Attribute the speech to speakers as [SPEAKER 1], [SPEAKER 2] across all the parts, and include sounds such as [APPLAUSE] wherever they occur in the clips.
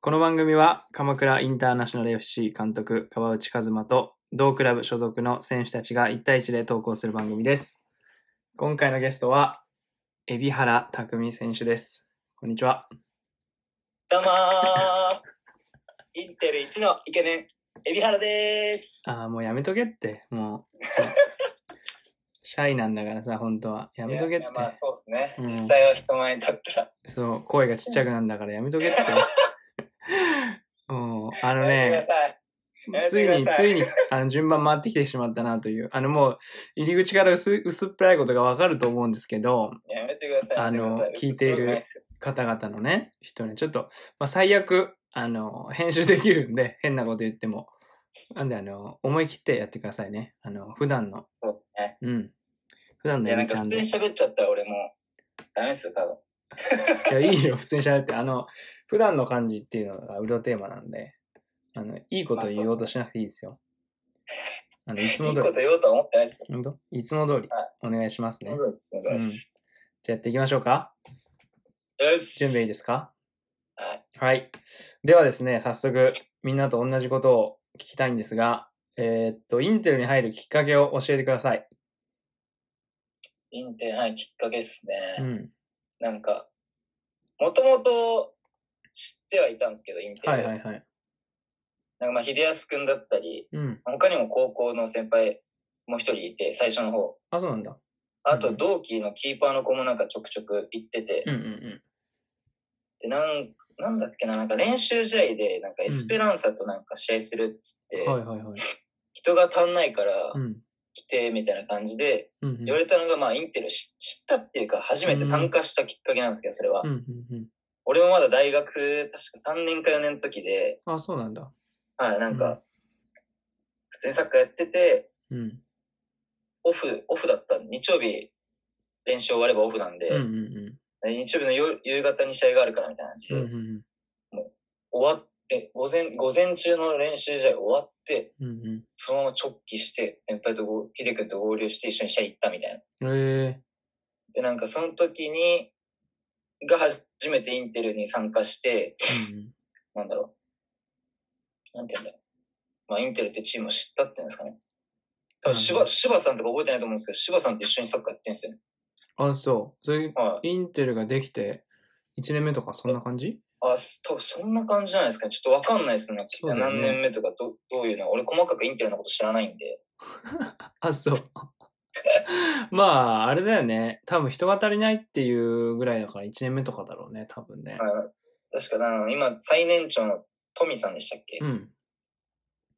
[SPEAKER 1] この番組は鎌倉インターナショナル FC 監督川内和馬と同クラブ所属の選手たちが1対1で投稿する番組です。今回のゲストは、海老原拓海選手です。こんにちは。
[SPEAKER 2] どうもーインテル一のイケメン、海老原でーす。
[SPEAKER 1] ああ、もうやめとけって。もう、そうシャイなんだからさ、本当は。やめとけっ
[SPEAKER 2] い
[SPEAKER 1] て
[SPEAKER 2] や。まあそうですね、
[SPEAKER 1] うん
[SPEAKER 2] 実際は人前だったら。
[SPEAKER 1] そう、声がちっちゃくなんだからやめとけ
[SPEAKER 2] [LAUGHS]
[SPEAKER 1] って。もう、あの
[SPEAKER 2] やめて
[SPEAKER 1] ね
[SPEAKER 2] く、ださいやめ
[SPEAKER 1] [LAUGHS]
[SPEAKER 2] て
[SPEAKER 1] つい
[SPEAKER 2] く
[SPEAKER 1] に、
[SPEAKER 2] だ
[SPEAKER 1] つ
[SPEAKER 2] さい
[SPEAKER 1] いに、あの、順番回ってきてしまったなという、あの、もう、入り口から薄薄っぺらいことがわかると思うんですけど、
[SPEAKER 2] やめてください。
[SPEAKER 1] あの
[SPEAKER 2] やめくださ
[SPEAKER 1] 聞いている
[SPEAKER 2] うっす
[SPEAKER 1] 方々のね、人にちょっと、まあ、最悪、あの、編集できるんで、 [LAUGHS] 変なこと言っても。なんで、あの、思い切ってやってくださいね。あの、普段の、
[SPEAKER 2] そうね。
[SPEAKER 1] うん。普段
[SPEAKER 2] い
[SPEAKER 1] のや
[SPEAKER 2] や、なん
[SPEAKER 1] り
[SPEAKER 2] か
[SPEAKER 1] ちゃ
[SPEAKER 2] 普
[SPEAKER 1] ん
[SPEAKER 2] 通
[SPEAKER 1] で。
[SPEAKER 2] に
[SPEAKER 1] い
[SPEAKER 2] 喋っちゃったら俺もうダメですよ、多分。
[SPEAKER 1] や、いいよ、普通に喋って。あの、普段の感じっていうのが裏テーマなんで、あの、いいこと言おうとしなくていいですよ。あの、いつ
[SPEAKER 2] い
[SPEAKER 1] も
[SPEAKER 2] [LAUGHS] い
[SPEAKER 1] 通
[SPEAKER 2] こと言おうとは思ってないですよ。
[SPEAKER 1] り。本当いつも通り
[SPEAKER 2] は、
[SPEAKER 1] お願いしますね。
[SPEAKER 2] そうです、そうです。
[SPEAKER 1] じゃあやっていきましょうか。
[SPEAKER 2] よし。
[SPEAKER 1] 準備いい
[SPEAKER 2] で
[SPEAKER 1] ですか
[SPEAKER 2] す。はい。
[SPEAKER 1] はい。ではですね、早速、みんなと同じことを聞きたいんですが、えーっと、インテルに入るきっかけを教えてください。
[SPEAKER 2] インテル、はい、きっかけです
[SPEAKER 1] う
[SPEAKER 2] ね。
[SPEAKER 1] ん。
[SPEAKER 2] なんか、もともと知ってはいたんですけど、インテル。
[SPEAKER 1] はいはいはい。
[SPEAKER 2] なんかまあ、秀康くんだったり、
[SPEAKER 1] うん。
[SPEAKER 2] 他にも高校の先輩もう一人いて、最初の方。
[SPEAKER 1] あ、そうなんだ。
[SPEAKER 2] あと
[SPEAKER 1] うん
[SPEAKER 2] 同期のキーパーの子もなんかちょくちょく行ってて、
[SPEAKER 1] うんうんう
[SPEAKER 2] でなんなんだっけな、なんか練習試合でなんかエスペランサとなんか試合するっつって、
[SPEAKER 1] ん。はいはいはい。
[SPEAKER 2] 人が足んないから
[SPEAKER 1] うん。
[SPEAKER 2] 来てみたいな感じで
[SPEAKER 1] うんうん。
[SPEAKER 2] 言われたのが、まあインテルし知ったっていうか初めて参加したきっかけなんですけど、それは。
[SPEAKER 1] うんうんうん。
[SPEAKER 2] 俺もまだ大学、確か3年か4年の時で、
[SPEAKER 1] あ、そうなんだ。
[SPEAKER 2] はい、なん
[SPEAKER 1] うん
[SPEAKER 2] か、普通にサッカーやってて、
[SPEAKER 1] うん。
[SPEAKER 2] オフ、オフだったんで、日曜日練習終わればオフなんで、
[SPEAKER 1] うんうんうん。
[SPEAKER 2] 日曜日の夜夕方に試合があるからみたいな感じで、
[SPEAKER 1] うんうん
[SPEAKER 2] 終わって、午前、午前中の練習試合終わって、
[SPEAKER 1] うん。うんうん。
[SPEAKER 2] そのまま直帰して、先輩とご、ヒデ君と合流して一緒に試合行ったみたいな。
[SPEAKER 1] え
[SPEAKER 2] で、なんかその時に、が初めてインテルに参加して、
[SPEAKER 1] ー。うんうん。
[SPEAKER 2] なんだろう。なんて言うんだろう。まあ、インテルってチームを知ったっていうんですかね。多分、
[SPEAKER 1] う
[SPEAKER 2] 芝、
[SPEAKER 1] ん
[SPEAKER 2] 芝さんとか覚えてないと思うんですけど、芝さんと一緒にサッカーやってるんですよね。
[SPEAKER 1] あ、そう。それ、
[SPEAKER 2] はい。
[SPEAKER 1] インテルができて、1年目とかそんな感じ
[SPEAKER 2] あ、す多分そんな感じじゃないですかね。ちょっとわかんないですね。
[SPEAKER 1] そうだよね
[SPEAKER 2] 何年目とかど、どういうの。俺細かくインテルのこと知らないんで。
[SPEAKER 1] あ、そう。 [LAUGHS] まあ、あれだよね。多分人が足りないっていうぐらいだから1年目とかだろうね、多分ね。
[SPEAKER 2] あ確かな、今、最年長のトミさんでしたっけ、
[SPEAKER 1] うん。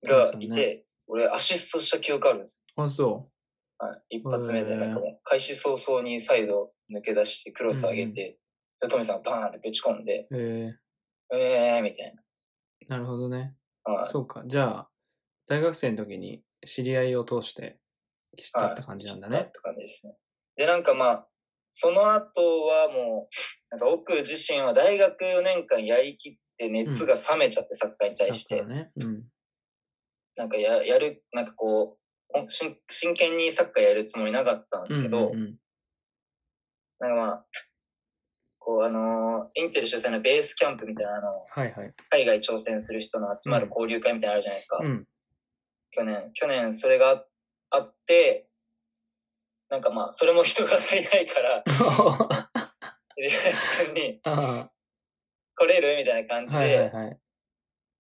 [SPEAKER 2] が
[SPEAKER 1] トミ
[SPEAKER 2] い
[SPEAKER 1] さん
[SPEAKER 2] て、俺、アシストした記憶あるんです
[SPEAKER 1] あ、そ
[SPEAKER 2] よ。はい、一発目
[SPEAKER 1] へ
[SPEAKER 2] で、
[SPEAKER 1] ー
[SPEAKER 2] なんかもう、開始早々にサイド抜け出して、クロス上げて、でトミさんがバーンってぶち込んで、
[SPEAKER 1] う。え
[SPEAKER 2] えーみたい
[SPEAKER 1] ー、なるほどね。
[SPEAKER 2] な。はい
[SPEAKER 1] そうか。じゃあ、大学生の時に知り合いを通して知ったって感じなんだ
[SPEAKER 2] はい
[SPEAKER 1] ね
[SPEAKER 2] っ。て感じですね。で、なんかまあ、その後はもう、なんか奥自身は大学4年間やりきって熱が冷めちゃって、サッカーに対し
[SPEAKER 1] だ
[SPEAKER 2] て
[SPEAKER 1] か。らね。うん。
[SPEAKER 2] なんかや、やる、なんかこう、ほんしん真剣にサッカーやるつもりなかったんですけど、
[SPEAKER 1] うんうん
[SPEAKER 2] なんかまあ、こうあのーインテル主催のベースキャンプみたいな、あの、
[SPEAKER 1] はいはい。
[SPEAKER 2] 海外挑戦する人の集まる交流会みたいなのあるじゃないです [LAUGHS] か。
[SPEAKER 1] うん。
[SPEAKER 2] 去年、去年それがあって、なんかまあ、それも人が足りないから、
[SPEAKER 1] あ
[SPEAKER 2] エリアス君に
[SPEAKER 1] あ
[SPEAKER 2] 来れるみたいな感じで、
[SPEAKER 1] はい
[SPEAKER 2] い
[SPEAKER 1] はいはい。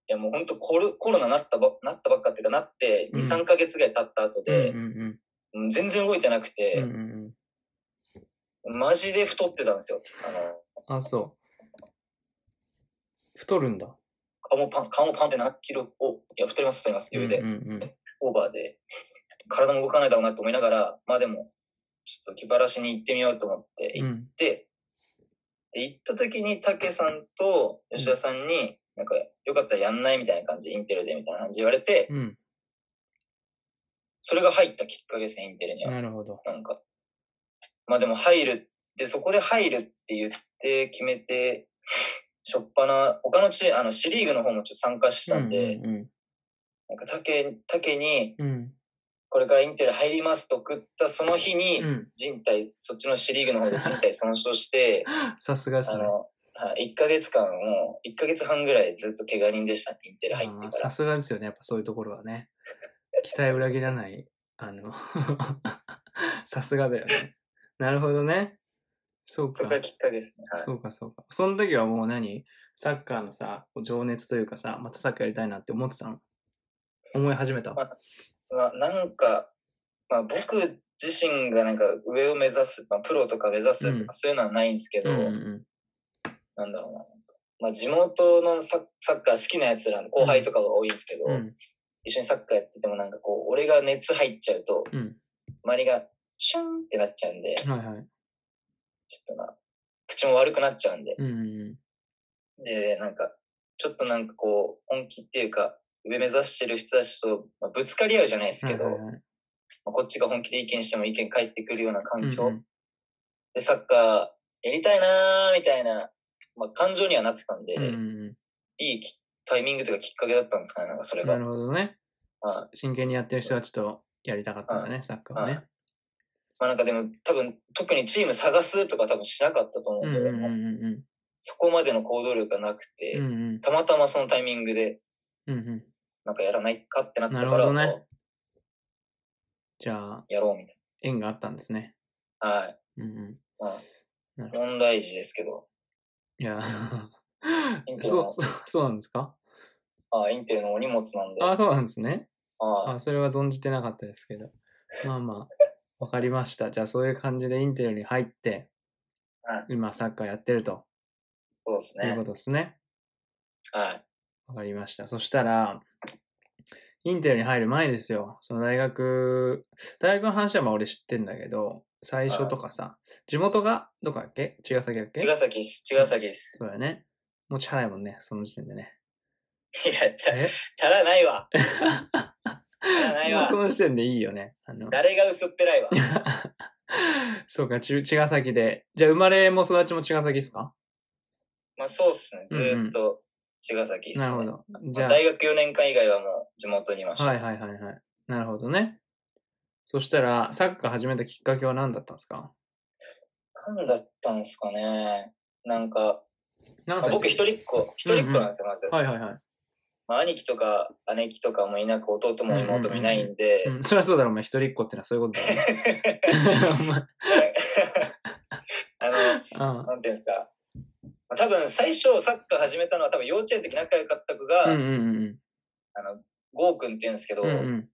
[SPEAKER 2] やもう本当コロコロナなったば、なったばっかっていうかなって、2、
[SPEAKER 1] うん
[SPEAKER 2] 3ヶ月ぐらい経った後
[SPEAKER 1] うんうん
[SPEAKER 2] で、うん全然動いてなく
[SPEAKER 1] うん。うん
[SPEAKER 2] て、
[SPEAKER 1] うんうん。
[SPEAKER 2] マジで太ってたんですよ。あの、
[SPEAKER 1] あ、そう。太るんだ。
[SPEAKER 2] 顔もパン、顔もパンって7キロを、いや、太ります、太ります、余裕で。
[SPEAKER 1] うんうんうん。
[SPEAKER 2] オーバーで、体も動かないだろうなと思いながら、まあでも、ちょっと気晴らしに行ってみようと思って
[SPEAKER 1] う
[SPEAKER 2] 行っ
[SPEAKER 1] ん
[SPEAKER 2] て、で、行った時に、たけさんと吉田さんに、なんか、よかったらやんないみたいな感じ、インテルでみたいな感じ言われて、
[SPEAKER 1] うん。
[SPEAKER 2] それが入ったきっかけですね、インテルには。
[SPEAKER 1] なるほど。
[SPEAKER 2] なんか。まあでも入る、で、そこで入るって言って決めて、しょっぱな、他のチーム、あの、シリーグの方もちょっと参加したんで、
[SPEAKER 1] うんうん
[SPEAKER 2] なんか、たけ、たけに、
[SPEAKER 1] うん。うん。
[SPEAKER 2] これからインテル入りますと送ったその日に、 [LAUGHS]
[SPEAKER 1] うん [LAUGHS]
[SPEAKER 2] 人体、そっちのシリーグの方で人体損傷して、
[SPEAKER 1] さすがです
[SPEAKER 2] あ
[SPEAKER 1] ね。
[SPEAKER 2] の、はい、1ヶ月間もう、1ヶ月半ぐらいずっと怪我人でしたね、インテル入って
[SPEAKER 1] あー
[SPEAKER 2] か
[SPEAKER 1] さ
[SPEAKER 2] ら。
[SPEAKER 1] すがですよね、やっぱそういうところはね。期待裏切らない、あの、 [LAUGHS] さすがだよね。なるほどね。そう
[SPEAKER 2] そ
[SPEAKER 1] か
[SPEAKER 2] こ。がきっかけですね。はい
[SPEAKER 1] そうかそうか。その時はもう何サッカーのさ、こう情熱というかさ、またサッカーやりたいなって思ってたの思い始めた。
[SPEAKER 2] ままあ、なんか、まあ、僕自身がなんか上を目指す、まあ、プロとか目指すとか、
[SPEAKER 1] うん
[SPEAKER 2] そういうのはないんですけ
[SPEAKER 1] う
[SPEAKER 2] ど、
[SPEAKER 1] んうん
[SPEAKER 2] なんだろうな。まあ、地元のサッサッカー好きなやつらの後輩とかが多いんですけど、
[SPEAKER 1] うん。うん
[SPEAKER 2] 一緒にサッカーやっててもなんかこう、俺が熱入っちゃうと、
[SPEAKER 1] うん。
[SPEAKER 2] 周りがシュンってなっちゃうんで、ちょ
[SPEAKER 1] はいはい。
[SPEAKER 2] っとまあ、口も悪くなっちゃうんで、
[SPEAKER 1] うんうん
[SPEAKER 2] で、なんか、ちょっとなんかこう、本気っていうか、上目指してる人たちと、まあ、ぶつかり合うじゃないです
[SPEAKER 1] うん。
[SPEAKER 2] けど、
[SPEAKER 1] はいはいはい
[SPEAKER 2] まあこっちが本気で意見しても意見返ってくるような環境、
[SPEAKER 1] うん
[SPEAKER 2] で、サッカーやりたいなーみたいな、まあ、感情にはなってたんで、
[SPEAKER 1] うんうん
[SPEAKER 2] いいきタイミングというかきっかけだったんですかね、なんかそれ
[SPEAKER 1] うん。な
[SPEAKER 2] が。
[SPEAKER 1] るほどね。
[SPEAKER 2] はい
[SPEAKER 1] 真剣にやってる人はちょっとやりたかったんだね、サッカーを
[SPEAKER 2] は
[SPEAKER 1] ね
[SPEAKER 2] い。まあなんかでも多分、特にチーム探すとか多分しなかったと思う
[SPEAKER 1] うんん
[SPEAKER 2] で、
[SPEAKER 1] うんうん
[SPEAKER 2] もう
[SPEAKER 1] うん
[SPEAKER 2] そこまでの行動力がなくて、
[SPEAKER 1] うん。うんうん
[SPEAKER 2] たまたまそのタイミングで、
[SPEAKER 1] うんうん。
[SPEAKER 2] なんかやらないかってなったか
[SPEAKER 1] なる
[SPEAKER 2] ら、
[SPEAKER 1] ほどね
[SPEAKER 2] も
[SPEAKER 1] じゃあ、
[SPEAKER 2] うやろうみたい
[SPEAKER 1] 縁があったんですね。
[SPEAKER 2] な。はい。
[SPEAKER 1] うんうん。
[SPEAKER 2] ま
[SPEAKER 1] なる
[SPEAKER 2] あ、問題児ですけど、
[SPEAKER 1] いや、
[SPEAKER 2] いんじゃ
[SPEAKER 1] そ
[SPEAKER 2] な
[SPEAKER 1] う、
[SPEAKER 2] い
[SPEAKER 1] そうそうなんですか
[SPEAKER 2] ああ、インテルのお荷物なんで、
[SPEAKER 1] ああ、そうなんですね。
[SPEAKER 2] はい
[SPEAKER 1] あそれは存じてなかったですけど。まあまあ、わかりました。じゃあ、そういう感じでインテルに入って、
[SPEAKER 2] は
[SPEAKER 1] 今、サッカーやってると
[SPEAKER 2] そうです
[SPEAKER 1] いう
[SPEAKER 2] ね
[SPEAKER 1] こ。とですね。
[SPEAKER 2] はい。
[SPEAKER 1] わかりました。そしたら、インテルに入る前ですよ。その大学、大学の話はまあ俺知ってんだけど、最初とかさ、地元がどこだっけ茅ヶ崎だっけ
[SPEAKER 2] 茅ヶ崎です。茅ヶ崎です。
[SPEAKER 1] そうだよね。持ち払いもんね、その時点で
[SPEAKER 2] [LAUGHS]
[SPEAKER 1] ね。
[SPEAKER 2] いや、チャ
[SPEAKER 1] え
[SPEAKER 2] チャラな
[SPEAKER 1] [LAUGHS]
[SPEAKER 2] いわ。らないわ
[SPEAKER 1] もうその時点でいいよね。あの [LAUGHS]
[SPEAKER 2] 誰が薄っぺらいわ。
[SPEAKER 1] そうか、ち茅ヶ崎で。じゃあ生まれも育ちも茅ヶ崎ですか
[SPEAKER 2] まあそうっすね。ずーっと茅ヶ崎です、ね
[SPEAKER 1] なるほど。じ
[SPEAKER 2] ま
[SPEAKER 1] ゃあ、
[SPEAKER 2] あ大学4年間以外はもう地元にいました。
[SPEAKER 1] はいはいはいはい。なるほどね。そしたら、サッカー始めたきっかけは何だったんですか
[SPEAKER 2] なんだったんですかね。なんか、
[SPEAKER 1] 何
[SPEAKER 2] まあ
[SPEAKER 1] 歳
[SPEAKER 2] 僕一人っ子、一人っ子なんですよ、まず。
[SPEAKER 1] はいはいはい。
[SPEAKER 2] まあ兄貴とか姉貴とかもいなく、弟も妹もいないんで、
[SPEAKER 1] うん、 [LAUGHS] そりゃそうだろ、お前一人っ子ってのはそういうことだよね。
[SPEAKER 2] [LAUGHS]
[SPEAKER 1] お前
[SPEAKER 2] あの、
[SPEAKER 1] あ
[SPEAKER 2] なんていうんですか。まあ多分最初サッカー始めたのは多分幼稚園の時仲良かった子
[SPEAKER 1] あ
[SPEAKER 2] が、
[SPEAKER 1] うんうんうん
[SPEAKER 2] あの、ゴーくんって言うんですけど、
[SPEAKER 1] うん。うん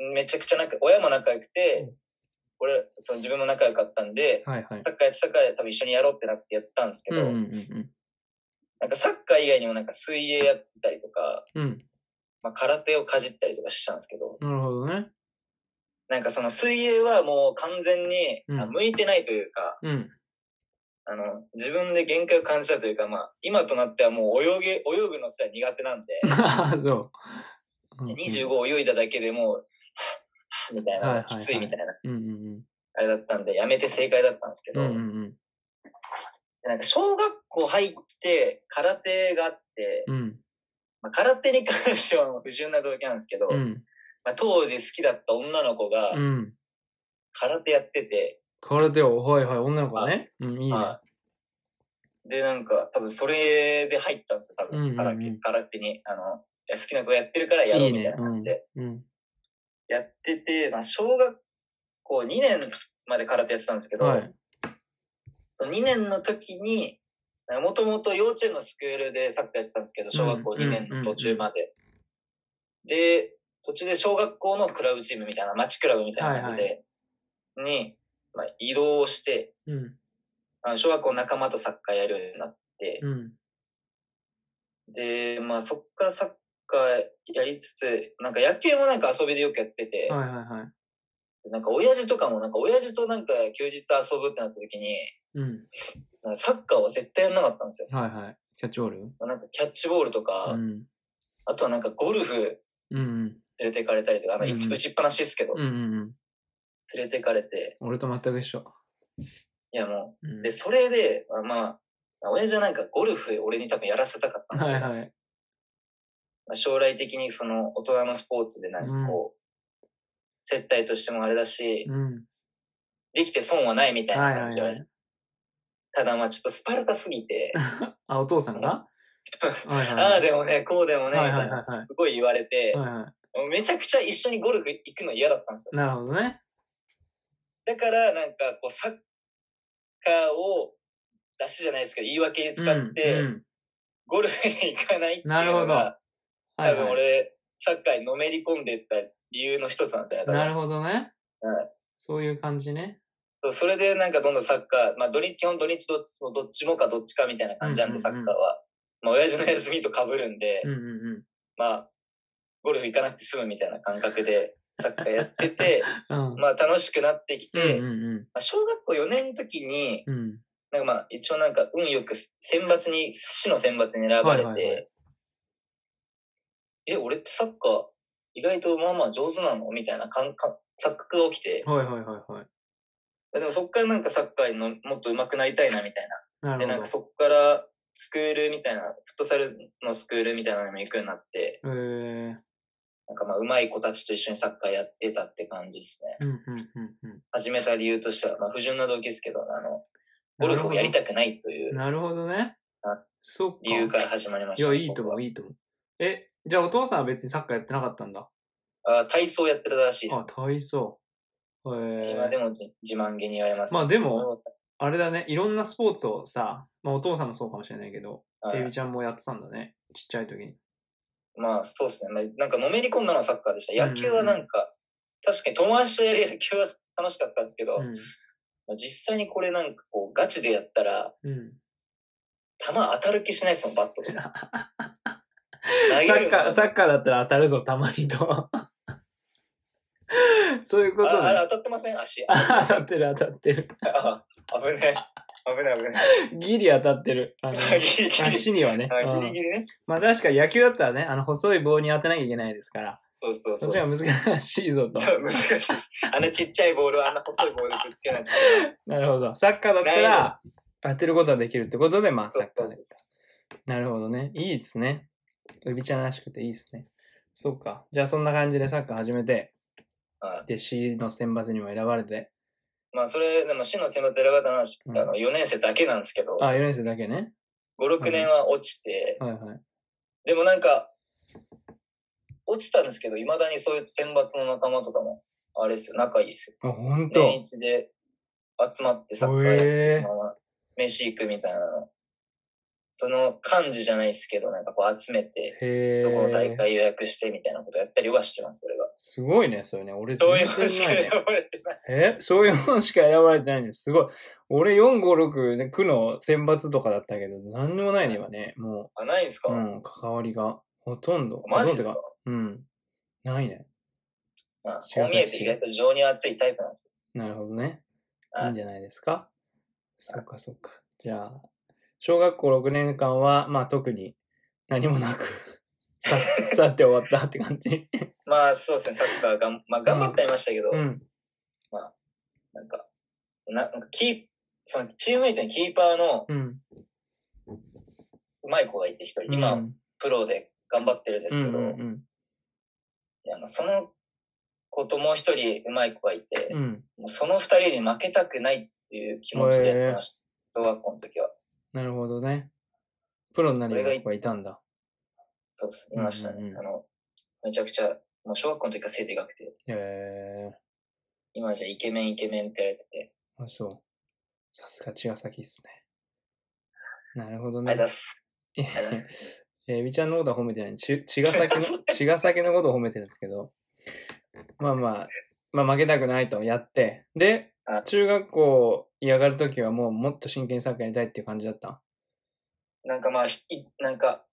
[SPEAKER 1] うん。
[SPEAKER 2] めちゃくちゃ仲、親も仲良くて、
[SPEAKER 1] う
[SPEAKER 2] 俺、その自分も仲良かったんで、
[SPEAKER 1] はいはい。
[SPEAKER 2] サッカーやってたから多分一緒にやろうってなってやってたんですけ
[SPEAKER 1] うん
[SPEAKER 2] ど、
[SPEAKER 1] うんうん
[SPEAKER 2] なんかサッカー以外にもなんか水泳やってたりとか、
[SPEAKER 1] うん。うん。
[SPEAKER 2] まあ、空手をかじったりとかしたんですけど、
[SPEAKER 1] なるほどね。
[SPEAKER 2] なんかその水泳はもう完全に、
[SPEAKER 1] うん
[SPEAKER 2] あ向いてないというか、
[SPEAKER 1] うん。 [LAUGHS]
[SPEAKER 2] あの、自分で限界を感じたというか、まあ、今となってはもう泳げ、泳ぐのすら苦手なんで、
[SPEAKER 1] ああ、そう。うんうん
[SPEAKER 2] 25泳いだだけでもう、はぁはぁみた
[SPEAKER 1] は
[SPEAKER 2] い
[SPEAKER 1] いはい
[SPEAKER 2] な、
[SPEAKER 1] はい
[SPEAKER 2] きついみたいな、
[SPEAKER 1] うんうん
[SPEAKER 2] あれだったんで、やめて正解だったんですけ
[SPEAKER 1] う
[SPEAKER 2] ど、
[SPEAKER 1] ん。うんうん
[SPEAKER 2] なんか小学校入って空手があって、
[SPEAKER 1] うん。うん。
[SPEAKER 2] まあ、空手に関してはもう不純な動機なんですけど、
[SPEAKER 1] うん。
[SPEAKER 2] まあ、当時好きだった女の子が
[SPEAKER 1] うん。
[SPEAKER 2] 空手やってて、
[SPEAKER 1] 空手を、はいはい、女の子ね。うん、いいね。
[SPEAKER 2] はいで、なんか多分それで入ったんですよ、多
[SPEAKER 1] うんうんう
[SPEAKER 2] 分
[SPEAKER 1] ん
[SPEAKER 2] 空手,、空手に。あのいや好きな子やってるからやろ
[SPEAKER 1] いうい
[SPEAKER 2] みたい
[SPEAKER 1] ね
[SPEAKER 2] な。感じで。
[SPEAKER 1] うん。
[SPEAKER 2] やってて、まあ、小学校2年まで空手やってたんですけ
[SPEAKER 1] うん。
[SPEAKER 2] ど、
[SPEAKER 1] はい。
[SPEAKER 2] その2年の時に、もともと幼稚園のスクールでサッカーやってたんですけど、小学校2年の途中まで。で、途中で小学校のクラブチームみたいな、町クラブみたいな感じで、に、まあ、移動して、
[SPEAKER 1] うん。
[SPEAKER 2] あの小学校の仲間とサッカーやるようになって、
[SPEAKER 1] うん。
[SPEAKER 2] で、まあそっからサッカーやりつつ、なんか野球もなんか遊びでよくやってて、
[SPEAKER 1] はいはいはい。
[SPEAKER 2] なんか親父とかもなんか親父となんか休日遊ぶってなった時に、
[SPEAKER 1] うん。
[SPEAKER 2] なんかサッカーは絶対やんなかったんですよ。
[SPEAKER 1] はいはい。キャッチボール
[SPEAKER 2] なんかキャッチボールとか、
[SPEAKER 1] うん。
[SPEAKER 2] あとはなんかゴルフ
[SPEAKER 1] うんうん。
[SPEAKER 2] 連れて行かれたりとか、あの
[SPEAKER 1] うん
[SPEAKER 2] 打ちっぱなしですけど、
[SPEAKER 1] うんうんうん。
[SPEAKER 2] 連れて行かれて、
[SPEAKER 1] 俺と全く一緒。
[SPEAKER 2] いやも
[SPEAKER 1] う
[SPEAKER 2] う、
[SPEAKER 1] ん
[SPEAKER 2] で、それで、まあまあ、親父はなんかゴルフ俺に多分やらせたかったんです
[SPEAKER 1] は
[SPEAKER 2] よ。
[SPEAKER 1] いはい。
[SPEAKER 2] まあ将来的にその大人のスポーツでなんかこう、接待としてもあれだし、
[SPEAKER 1] うん。
[SPEAKER 2] できて損はないみたい
[SPEAKER 1] は
[SPEAKER 2] ない
[SPEAKER 1] は
[SPEAKER 2] 感
[SPEAKER 1] い
[SPEAKER 2] じじゃな
[SPEAKER 1] はいい
[SPEAKER 2] ですか。。ただまあちょっとスパルタすぎて、
[SPEAKER 1] あ、お父さんがはいはい
[SPEAKER 2] ああでもね、こうでもね、
[SPEAKER 1] はいはいはいはい
[SPEAKER 2] みたいなすごい言われて、
[SPEAKER 1] はいは
[SPEAKER 2] もうめちゃくちゃ一緒にゴルフ行くの嫌だったんですよ
[SPEAKER 1] い。。なるほどね。
[SPEAKER 2] だから、なんかこう、サッカーを出しじゃないですけど、言い訳に使って、
[SPEAKER 1] うんうん
[SPEAKER 2] ゴルフに行かないっていう
[SPEAKER 1] なるほ
[SPEAKER 2] の
[SPEAKER 1] ど
[SPEAKER 2] が、
[SPEAKER 1] はい
[SPEAKER 2] 多分
[SPEAKER 1] はい、
[SPEAKER 2] 俺、サッカーにのめり込んでった理由の一つなんですよね。だから
[SPEAKER 1] なるほどね
[SPEAKER 2] は。
[SPEAKER 1] そういう感じね。
[SPEAKER 2] そうそれでなんかどんどんサッカー、まあ土日、基本土日どっちもどっちもかどっちかみたいな感じなんで、
[SPEAKER 1] うんうん
[SPEAKER 2] サッ
[SPEAKER 1] う
[SPEAKER 2] カ
[SPEAKER 1] ん
[SPEAKER 2] ーは。まあ親父の休みと被るんで、
[SPEAKER 1] うんうんうん。
[SPEAKER 2] まあ、ゴルフ行かなくて済むみたいな感覚で、サッカーやってて、 [LAUGHS]
[SPEAKER 1] うん。
[SPEAKER 2] まあ楽しくなってき
[SPEAKER 1] うん
[SPEAKER 2] て、
[SPEAKER 1] う
[SPEAKER 2] ま
[SPEAKER 1] ん
[SPEAKER 2] あ、小学校4年の時に、
[SPEAKER 1] うん。うん。
[SPEAKER 2] なんかまあ一応なんか運よく選抜に、市の選抜に選ばれて、
[SPEAKER 1] はいはいは
[SPEAKER 2] え、俺ってサッカー意外とまあまあ上手なのみたいな感覚、錯覚が起きて、
[SPEAKER 1] はいはいはいはい。
[SPEAKER 2] でもそっからなんかサッカーのもっと上手くなりたいなみたい
[SPEAKER 1] な
[SPEAKER 2] な。で、
[SPEAKER 1] る
[SPEAKER 2] な
[SPEAKER 1] ほど
[SPEAKER 2] んか。そっからスクールみたいな、フットサルのスクールみたいなのにも行くようになって、
[SPEAKER 1] え
[SPEAKER 2] なんかまあ上手い子たちと一緒にサッカーやってたって感じですね。
[SPEAKER 1] ー、うんうんうんうん。
[SPEAKER 2] 始めた理由としては、まあ不純な動機ですけど、あの、ゴルフをやりたくないという
[SPEAKER 1] なるほどね
[SPEAKER 2] あ。
[SPEAKER 1] そっか。
[SPEAKER 2] 理由から始まりま
[SPEAKER 1] い
[SPEAKER 2] した
[SPEAKER 1] や、
[SPEAKER 2] ね。
[SPEAKER 1] いいと思
[SPEAKER 2] 僕
[SPEAKER 1] う、いいと思う。え、じゃあお父さんは別にサッカーやってなかったんだ。
[SPEAKER 2] はあ体操やってるらしいです
[SPEAKER 1] あ、。体操。え
[SPEAKER 2] 今
[SPEAKER 1] ー
[SPEAKER 2] で、もじ自慢げに言われます。
[SPEAKER 1] まあでも、あれだね、いろんなスポーツをさ、まあお父さんもそうかもしれないけど、
[SPEAKER 2] はい
[SPEAKER 1] エビちゃんもやってたんだね。ちっちゃい時に。
[SPEAKER 2] まあそうですね。まあなんかのめり込んだのはサッカーでした。野球はなんか、確かに友達とやる野球は楽しかったんですけど、
[SPEAKER 1] うん。
[SPEAKER 2] まあ実際にこれなんかこうガチでやったら、
[SPEAKER 1] うん。
[SPEAKER 2] 球当たる気しないですもん、バットとか。
[SPEAKER 1] サ
[SPEAKER 2] 投げる
[SPEAKER 1] ッ
[SPEAKER 2] の
[SPEAKER 1] カー、サッカーだったら当たるぞ、たまにと。 [LAUGHS] そういうこと
[SPEAKER 2] ああれ
[SPEAKER 1] ね。
[SPEAKER 2] 当たってません足。あ
[SPEAKER 1] あ [LAUGHS] 当たってる当たってる。
[SPEAKER 2] 危ねえ。危ねえ、危ね
[SPEAKER 1] ギリ当たってる。あの
[SPEAKER 2] え。 [LAUGHS] ギリギリ。
[SPEAKER 1] 足にはね。
[SPEAKER 2] あ
[SPEAKER 1] う
[SPEAKER 2] ギリ
[SPEAKER 1] ん
[SPEAKER 2] ギリね。
[SPEAKER 1] まあ確かに野球だったらね、あの細い棒に当てなきゃいけないですから、
[SPEAKER 2] そうそうそ。
[SPEAKER 1] そうっちが難しいぞと。
[SPEAKER 2] そう難しいです。あのちっちゃいボールをあんな細いボールでぶつけないと。
[SPEAKER 1] なるほど。サッカーだったら当てることはできるってことで、まあサ
[SPEAKER 2] そ
[SPEAKER 1] ッ
[SPEAKER 2] う
[SPEAKER 1] カ
[SPEAKER 2] そ
[SPEAKER 1] ー
[SPEAKER 2] う
[SPEAKER 1] で
[SPEAKER 2] そう。
[SPEAKER 1] なるほどね。いいですね。うびちゃんらしくていいですね。そうか。じゃあそんな感じでサッカー始めて、
[SPEAKER 2] はい
[SPEAKER 1] で、C の選抜にも選ばれて、
[SPEAKER 2] まあそれ、でも市の選抜選ばれたのは、あの4年生だけなんですけど、
[SPEAKER 1] あ、4年生だけね。
[SPEAKER 2] 5、6年は落ちて、
[SPEAKER 1] はいはい。
[SPEAKER 2] でもなんか、落ちたんですけど、未だにそういう選抜の仲間とかも、あれですよ、仲いいっすよ。
[SPEAKER 1] あ、ほんと。
[SPEAKER 2] 年一で集まってサッカーやっ
[SPEAKER 1] へ
[SPEAKER 2] て、
[SPEAKER 1] ー
[SPEAKER 2] そのまま飯行くみたいなの。その幹事じゃないですけど、なんかこう集めて、
[SPEAKER 1] へ
[SPEAKER 2] どこの大
[SPEAKER 1] え。
[SPEAKER 2] 会予約してみたいなことやったりはしてます、それは。
[SPEAKER 1] すごいね、それね。俺全
[SPEAKER 2] そういうのし
[SPEAKER 1] 然
[SPEAKER 2] か
[SPEAKER 1] ないね。
[SPEAKER 2] 選ばれてない。
[SPEAKER 1] えそういう本しか選ばれてないのすごい。俺4、5、6、ね、区の選抜とかだったけど、何にもないね、今ね。も
[SPEAKER 2] あ、ないんすか、
[SPEAKER 1] う、うん、関わりが。ほとんど。
[SPEAKER 2] マジです
[SPEAKER 1] ほ
[SPEAKER 2] か
[SPEAKER 1] と、んどっていうかうん。ないね。
[SPEAKER 2] まあ、こ
[SPEAKER 1] 知らな
[SPEAKER 2] う
[SPEAKER 1] い
[SPEAKER 2] 見えて意外と情に熱いタイプなんです
[SPEAKER 1] なるほどね。
[SPEAKER 2] はい
[SPEAKER 1] いいんじゃないですか。そっかそっか。じゃあ、小学校6年間は、まあ特に何もなく、
[SPEAKER 2] [LAUGHS]
[SPEAKER 1] さ、去って終わったって感じ。
[SPEAKER 2] よ。まあ、そうですね、サッカーがん、まあ、頑張ってはいましたけど、
[SPEAKER 1] うん。
[SPEAKER 2] なんか、ななんかキー、そのチームメイトにキーパーの
[SPEAKER 1] うん。
[SPEAKER 2] うまい子がいて一人、今、
[SPEAKER 1] うん、
[SPEAKER 2] プロで頑張ってるんですけど、
[SPEAKER 1] うんうん
[SPEAKER 2] いやもうその子ともう一人うまい子がいて、
[SPEAKER 1] うん。うん。
[SPEAKER 2] もうその二人に負けたくないっていう気持ちでやってました。小学校の時は。
[SPEAKER 1] なるほどね。プロになるような子がいたんだ。
[SPEAKER 2] そうです、いましたね。
[SPEAKER 1] うんうんうん
[SPEAKER 2] あの、めちゃくちゃ、もう小学校の時から背でかくて、
[SPEAKER 1] へえ
[SPEAKER 2] 今じゃイケメンイケメンって言われてて、
[SPEAKER 1] ー。あ、そう。さすが茅ヶ崎っすね。なるほど
[SPEAKER 2] あり
[SPEAKER 1] ね。
[SPEAKER 2] がとうございます。
[SPEAKER 1] いや
[SPEAKER 2] ありがとうございます。
[SPEAKER 1] えみちゃんのことは褒めてない。ち茅ヶ [LAUGHS] 崎の、茅ヶ崎のことを褒めてるんですけど、まあまあ、まあ負けたくないとやって、で
[SPEAKER 2] あ、
[SPEAKER 1] 中学校上がるときはもうもっと真剣にサッカーやりたいっていう感じだった。
[SPEAKER 2] なんかまあ、ひいなんか、